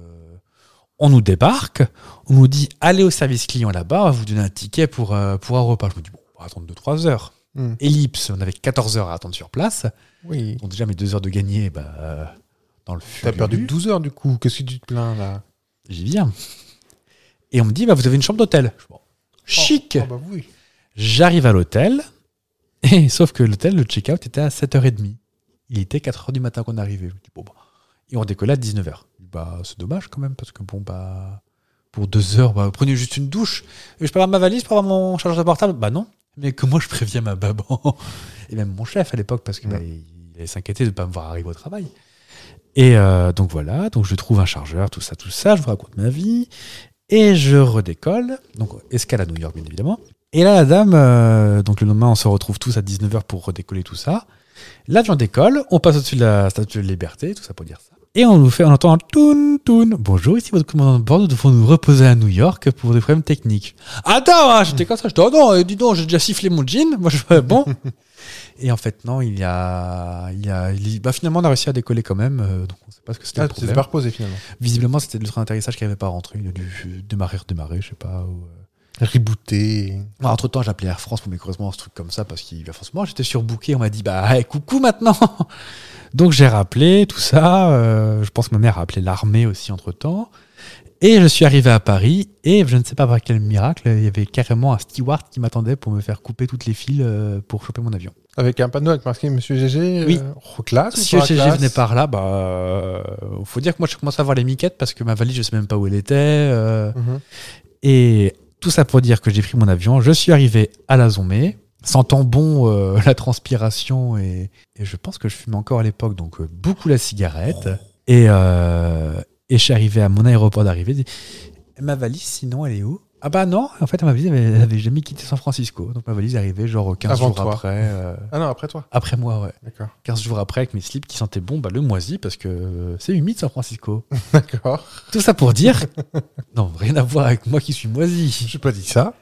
on nous débarque, on nous dit, allez au service client là-bas, on va vous donner un ticket pour, euh, pour un repas. Je me dis, bon, on va attendre 2-3 heures. Mm. Ellipse, on avait 14 heures à attendre sur place. Oui. Donc déjà mes 2 heures de gagner, bah, euh, dans le fur T'as perdu du 12 heures du coup. Qu'est-ce que tu te plains là J'y viens. Et on me dit, bah, vous avez une chambre d'hôtel. Je dis, bon, Chic Ah bah oui. J'arrive à l'hôtel, et sauf que l'hôtel, le check-out était à 7h30. Il était 4h du matin qu'on arrivait. Je dis, bon, bah. Et on décollait à 19h. Bah, c'est dommage quand même, parce que bon, bah, pour deux heures, bah, prenez juste une douche. Et je peux avoir ma valise pour avoir mon chargeur de portable Bah non. Mais comment je préviens ma maman Et même mon chef à l'époque, parce qu'il Ouais. allait s'inquiéter de ne pas me voir arriver au travail. Et euh, donc voilà, donc je trouve un chargeur, tout ça, tout ça, je vous raconte ma vie. Et je redécolle, donc escale à New York bien évidemment. Et là la dame, euh, donc le lendemain on se retrouve tous à 19h pour redécoller tout ça. L'avion décolle, on passe au-dessus de la statue de liberté, tout ça pour dire ça. Et on nous fait, on entend un toun toun. Bonjour, ici votre commandant de bord, nous devons nous reposer à New York pour des problèmes techniques. Attends, hein, j'étais comme ça, j'étais, oh non, euh, dis donc, j'ai déjà sifflé mon jean, moi je, bon. Et en fait, non, il y a, il y a, il- bah finalement on a réussi à décoller quand même, euh, donc on sait pas ce que c'était Ah, le tu t'es problème. pas reposé finalement. Visiblement, c'était le train d'atterrissage qui n'avait pas rentré. Il a dû démarrer, redémarrer, je sais pas. ou, euh. Rebooté. Moi, entre-temps, j'ai appelé Air France pour mes correspondances, trucs comme ça, parce qu'il va forcément, j'étais surbooké. On m'a dit, bah, hey, coucou maintenant Donc, j'ai rappelé tout ça. euh, je pense que ma mère a appelé l'armée aussi entre-temps. Et je suis arrivé à Paris, et je ne sais pas par quel miracle, il y avait carrément un steward qui m'attendait pour me faire couper toutes les fils euh, pour choper mon avion. Avec un panneau avec marqué Monsieur GG. Oui. euh, oh, classe. ou Si pas le CG classe venait par là, bah, euh, faut dire que moi, je commence à avoir les miquettes parce que ma valise, je sais même pas où elle était. euh, Mhm. Et tout ça pour dire que j'ai pris mon avion, je suis arrivé à la Zomé, sentant bon euh, la transpiration et, et je pense que je fumais encore à l'époque, donc euh, beaucoup la cigarette. Et, euh, et je suis arrivé à mon aéroport d'arrivée. j'ai dit, Ma valise, sinon, elle est où Ah bah non, en fait, ma valise, elle avait- elle avait jamais quitté San Francisco. Donc ma valise est arrivée genre 15 Avant jours toi. après. euh, Ah non, après toi. après moi, ouais. D'accord. 15 jours après, avec mes slips qui sentaient bon, bah, le moisi, parce que euh, c'est humide San Francisco. D'accord. Tout ça pour dire. non, rien à voir avec moi qui suis moisi. J'ai pas dit ça.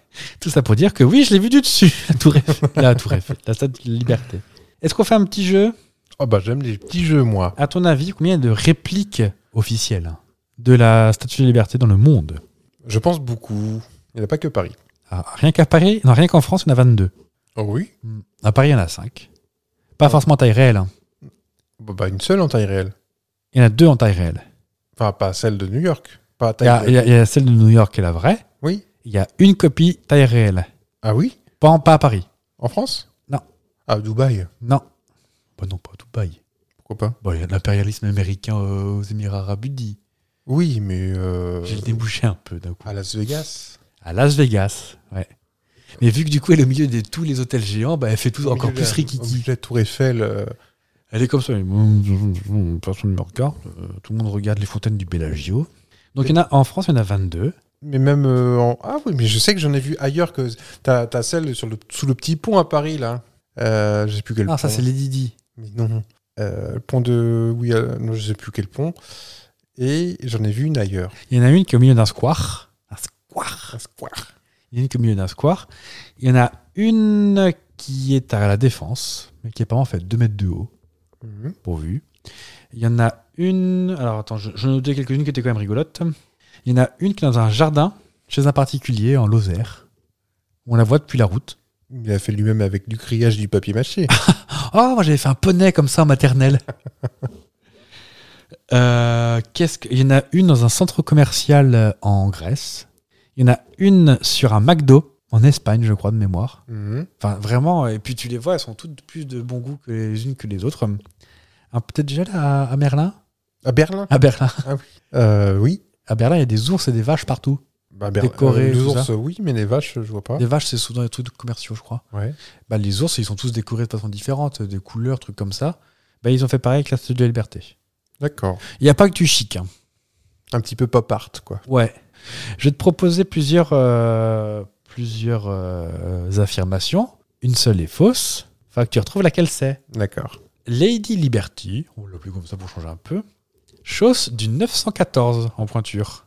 Tout ça pour dire que oui, je l'ai vu du dessus, la Tour Eiffel, la, Tour Eiffel, la Statue de la Liberté. Est-ce qu'on fait un petit jeu Oh bah j'aime les petits jeux moi. À ton avis, combien il y a de répliques officielles de la Statue de la Liberté dans le monde Je pense beaucoup. Il n'y a pas que Paris. Ah, Rien qu'à Paris, non, rien qu'en France, il y en a 22. Oh oui. Hmm. À Paris, il y en a 5. Pas forcément en taille réelle. hein. Bah, bah, une seule en taille réelle. Il y en a deux en taille réelle. Enfin pas celle de New York. Pas Il y, taille. a, il y a- il y a celle de New York qui est la vraie. Oui. Il y a une copie taille réelle. Ah oui. Pas, en- pas à Paris. En France. Non. Ah Dubaï. Non. Bah non, pas à Dubaï. Pourquoi pas. Bon, il y a de l'impérialisme américain euh, aux Émirats Arabes Unis. Oui mais. euh, J'ai le débouché un peu d'un coup. À Las Vegas. À Las Vegas, ouais. Mais vu que du coup elle est au milieu de tous les hôtels géants, bah elle fait tout encore Au milieu plus de la- au rikiki. milieu de La Tour Eiffel. euh, Elle est comme ça, elle est- personne ne me regarde, euh, tout le monde regarde les fontaines du Bellagio. Donc il y en a en France, il y en a 22. Mais même euh, en... Ah oui, mais je sais que j'en ai vu ailleurs que... T'as t'as celle sur le... sous le petit pont à Paris, là. Euh, je sais plus quel Ah pont. ça c'est les Didi. Mais non. Euh, le pont de... Oui, euh, non, je sais plus quel pont. Et j'en ai vu une ailleurs. Il y en a une qui est au milieu d'un square. Un square. Il y en a une qui est au milieu d'un square. Il y en a une qui est à la défense, mais qui est pas en fait 2 mètres de haut. Mhm. pourvu. Il y en a une. Alors attends, je, je notais quelques-unes qui étaient quand même rigolotes. Il y en a une qui est dans un jardin chez un particulier en Lozère. On la voit depuis la route. Il a fait lui-même avec du criage et du papier mâché. Oh, moi j'avais fait un poney comme ça en maternelle. Euh, qu'est-ce que... Il y en a une dans un centre commercial euh, en Grèce. Il y en a une sur un McDo en Espagne, je crois, de mémoire. Mhm. Enfin, vraiment. Et puis tu les vois, elles sont toutes plus de bon goût que les unes que les autres. Ah, peut-être déjà là, à- à Merlin À Berlin À Berlin. Euh, Oui. À Berlin, il y a des ours et des vaches partout. Bah, Décoré, les tout ours, ça. euh, oui, mais les vaches, je vois pas. Les vaches, c'est souvent des trucs commerciaux, je crois. Ouais. Bah, les ours, ils sont tous décorés de façon différente, des couleurs, trucs comme ça. Bah, ils ont fait pareil avec la statue de la liberté. D'accord. Il n'y a pas que du chic. hein. Un petit peu pop art, quoi. Ouais. Je vais te proposer plusieurs, euh, plusieurs euh, affirmations. Une seule est fausse. Enfin, que tu retrouves laquelle c'est. D'accord. Lady Liberty, on l'appelait comme ça pour changer un peu, chausse du 914 en pointure.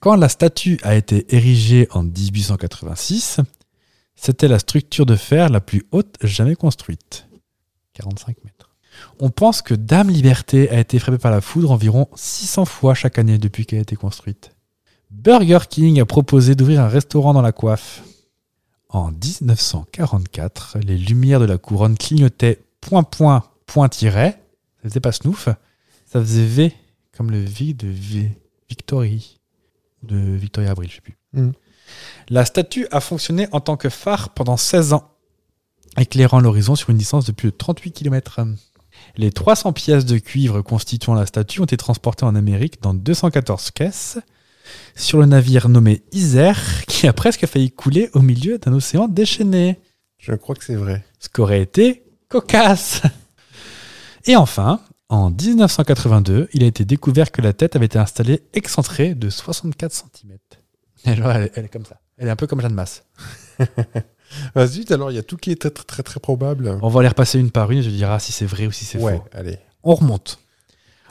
Quand la statue a été érigée en 1886, c'était la structure de fer la plus haute jamais construite. 45 mètres. On pense que Dame Liberté a été frappée par la foudre environ 600 fois chaque année depuis qu'elle a été construite. Burger King a proposé d'ouvrir un restaurant dans la coiffe. En 1944, les lumières de la couronne clignotaient point point point tiret. Ça faisait pas snoof, ça faisait V comme le V de v Victory de Victoria Abril, je sais plus. Mhm. La statue a fonctionné en tant que phare pendant 16 ans, éclairant l'horizon sur une distance de plus de 38 km. Les 300 pièces de cuivre constituant la statue ont été transportées en Amérique dans 214 caisses sur le navire nommé Isère qui a presque failli couler au milieu d'un océan déchaîné Je crois que c'est vrai. ce qu'aurait été cocasse. Et enfin, en 1982, il a été découvert que la tête avait été installée excentrée de 64 cm. Elle, est- elle est comme ça. Elle est un peu comme Jeanne Masse. Vas-y, Ah, alors, il y a tout qui est très, très, très, très probable. On va les repasser une par une et je dirai si c'est vrai ou si c'est Ouais, faux. allez. On remonte.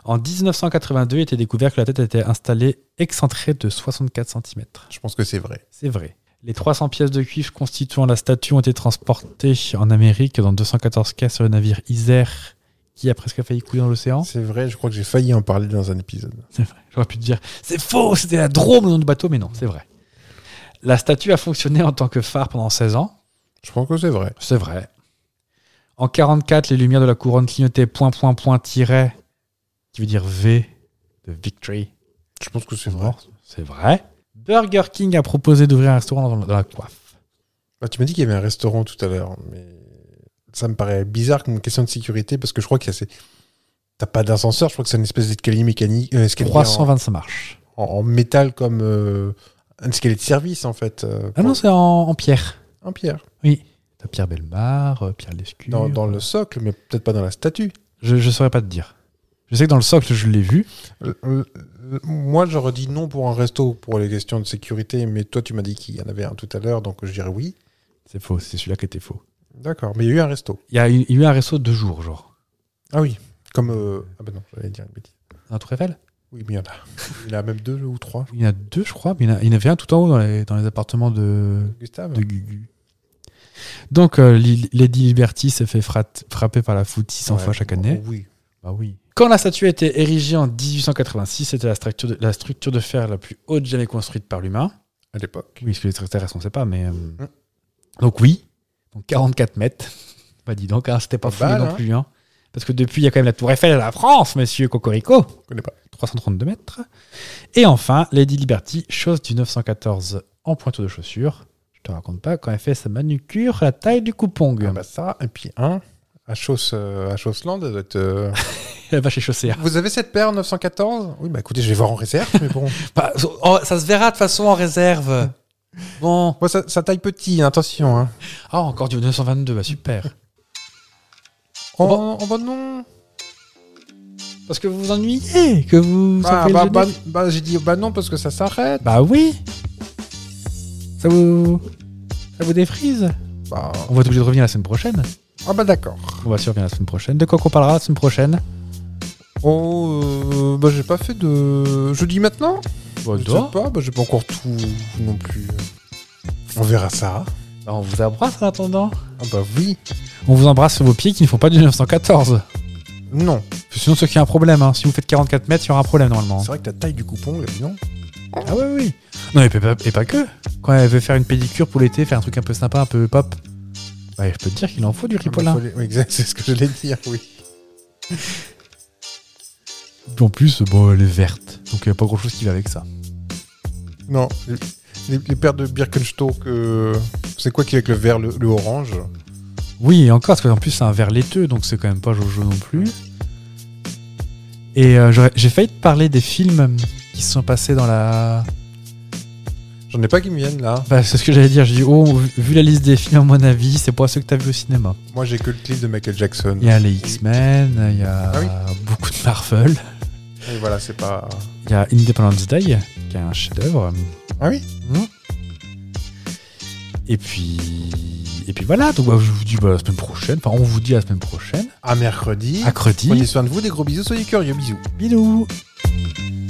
En 1982, il a été découvert que la tête était installée excentrée de 64 cm. Je pense que c'est vrai. C'est vrai. Les 300 pièces de cuivre constituant la statue ont été transportées en Amérique dans 214 caisses sur le navire Isère qui a presque failli couler dans l'océan. C'est vrai, je crois que j'ai failli en parler dans un épisode. C'est vrai. J'aurais pu te dire, c'est faux, c'était la drôme le nom du bateau, mais non, c'est vrai. La statue a fonctionné en tant que phare pendant 16 ans. Je pense que c'est vrai. C'est vrai. En 44, les lumières de la couronne clignotaient point, point, point, tiret, qui veut dire V de victory. Je pense que c'est vrai. Bon, C'est vrai. Burger King a proposé d'ouvrir un restaurant dans, dans la coiffe. Ah, tu m'as dit qu'il y avait un restaurant tout à l'heure, mais ça me paraît bizarre comme question de sécurité parce que je crois qu'il y a ces... T'as pas d'ascenseur, je crois que c'est une espèce d'escalier mécanique, euh, escalier en- 325 marches. en, en métal comme euh, un escalier de service en fait. euh, Ah non, c'est en, en pierre. en pierre. Oui. T'as Pierre Belmar, euh, Pierre Lescure. Dans, dans le socle, mais peut-être pas dans la statue. Je ne saurais pas te dire. Je sais que dans le socle, je l'ai vu. Euh, euh, euh, Moi, j'aurais dit non pour un resto pour les questions de sécurité, mais toi, tu m'as dit qu'il y en avait un tout à l'heure, donc je dirais oui. C'est faux, c'est celui-là qui était faux. D'accord, mais il y a eu un resto. Il y a eu, il y a eu un resto de deux jours, genre. Ah oui, comme. euh, Ah ben non, j'allais dire une bêtise. Un tour Eiffel Oui, mais il y en a. Il y en a même deux ou trois. Il y en a deux, je crois, mais il y en, a- il y en avait un tout en haut dans les, dans les appartements de, Euh, Gustave. de Gugu. Donc, euh, Li- Lady Liberty s'est fait frat- frapper par la foudre 600 Ouais, Oh fois chaque année. Oui. Bah oui. Quand la statue a été érigée en 1886, c'était la structure, de, la structure de fer la plus haute jamais construite par l'humain. À l'époque. Oui, parce que les extraterrestres, on ne sait pas, mais. euh, Donc, oui. Donc, 44 mètres. Bah, dis donc, hein, c'était pas Pas fou mal, non hein. plus. hein. Parce que depuis, il y a quand même la Tour Eiffel à la France, monsieur Cocorico. Je connais pas. 332 mètres. Et enfin, Lady Liberty, chose du 914 en pointure de chaussure. Je te raconte pas quand elle fait sa manucure à la taille du coupong. Ah bah ça, et puis un. À Chauss, euh, à Chausseland, elle doit être, euh, Elle va chez Chaussée. hein. Vous avez cette paire 914 Oui, bah écoutez, je vais voir en réserve, mais bon. Bah, oh, ça se verra de façon en réserve. Bon. Moi, ça, ça taille petit, hein, attention. Hein. Ah, encore du 922, bah super. En, Bon. en bon nom Parce que vous vous ennuyez, que vous... Bah, savez le bah, générique. bah, bah, j'ai dit bah non parce que ça s'arrête. Bah oui. Ça vous... Ça vous défrise Bah, On va être obligé de revenir la semaine prochaine. ah bah d'accord. On va survenir la semaine prochaine. De quoi qu'on parlera la semaine prochaine Oh, euh, bah j'ai pas fait de. Je dis maintenant Je sais pas, bah j'ai pas encore tout non plus. On verra ça. Bah, On vous embrasse en attendant. Ah bah oui. On vous embrasse sur vos pieds qui ne font pas du 914. Non. Sinon, c'est qu'il y a un problème. hein. Si vous faites 44 mètres, il y aura un problème normalement. C'est vrai que la taille du coupon, là, non Ah oui, oui. Non, et pas, et pas que. Quand elle veut faire une pédicure pour l'été, faire un truc un peu sympa, un peu pop. Ouais, je peux te dire qu'il en faut du Ah bah, ripolin. faut les- oui, exact, c'est ce que j'allais dire, oui. En plus, bon, elle est verte. Donc, il n'y a pas grand chose qui va avec ça. Non, les, les paires de Birkenstock, euh, c'est quoi qui est avec le vert, le, le orange Oui, et encore, parce qu'en plus, c'est un verre laiteux, donc c'est quand même pas Jojo non plus. Et euh, j'aurais- j'ai failli te parler des films qui se sont passés dans la. J'en ai pas qui me viennent là. Bah, c'est ce que j'allais dire. J'ai dit, oh, vu- vu la liste des films, à mon avis, c'est pas ceux que t'as vu au cinéma. Moi j'ai que le clip de Michael Jackson. Il y a les X-Men, il y a Ah oui. beaucoup de Marvel, Et voilà, c'est pas. il y a Independence Day, qui est un chef-d'œuvre. Mmh. Ah oui Et puis. Et puis voilà, donc bah, je vous dis bah, la semaine prochaine, enfin on vous dit à la semaine Mmh. prochaine, À mercredi. mercredi, Prenez soin de vous, des gros bisous, soyez curieux, bisous. bisous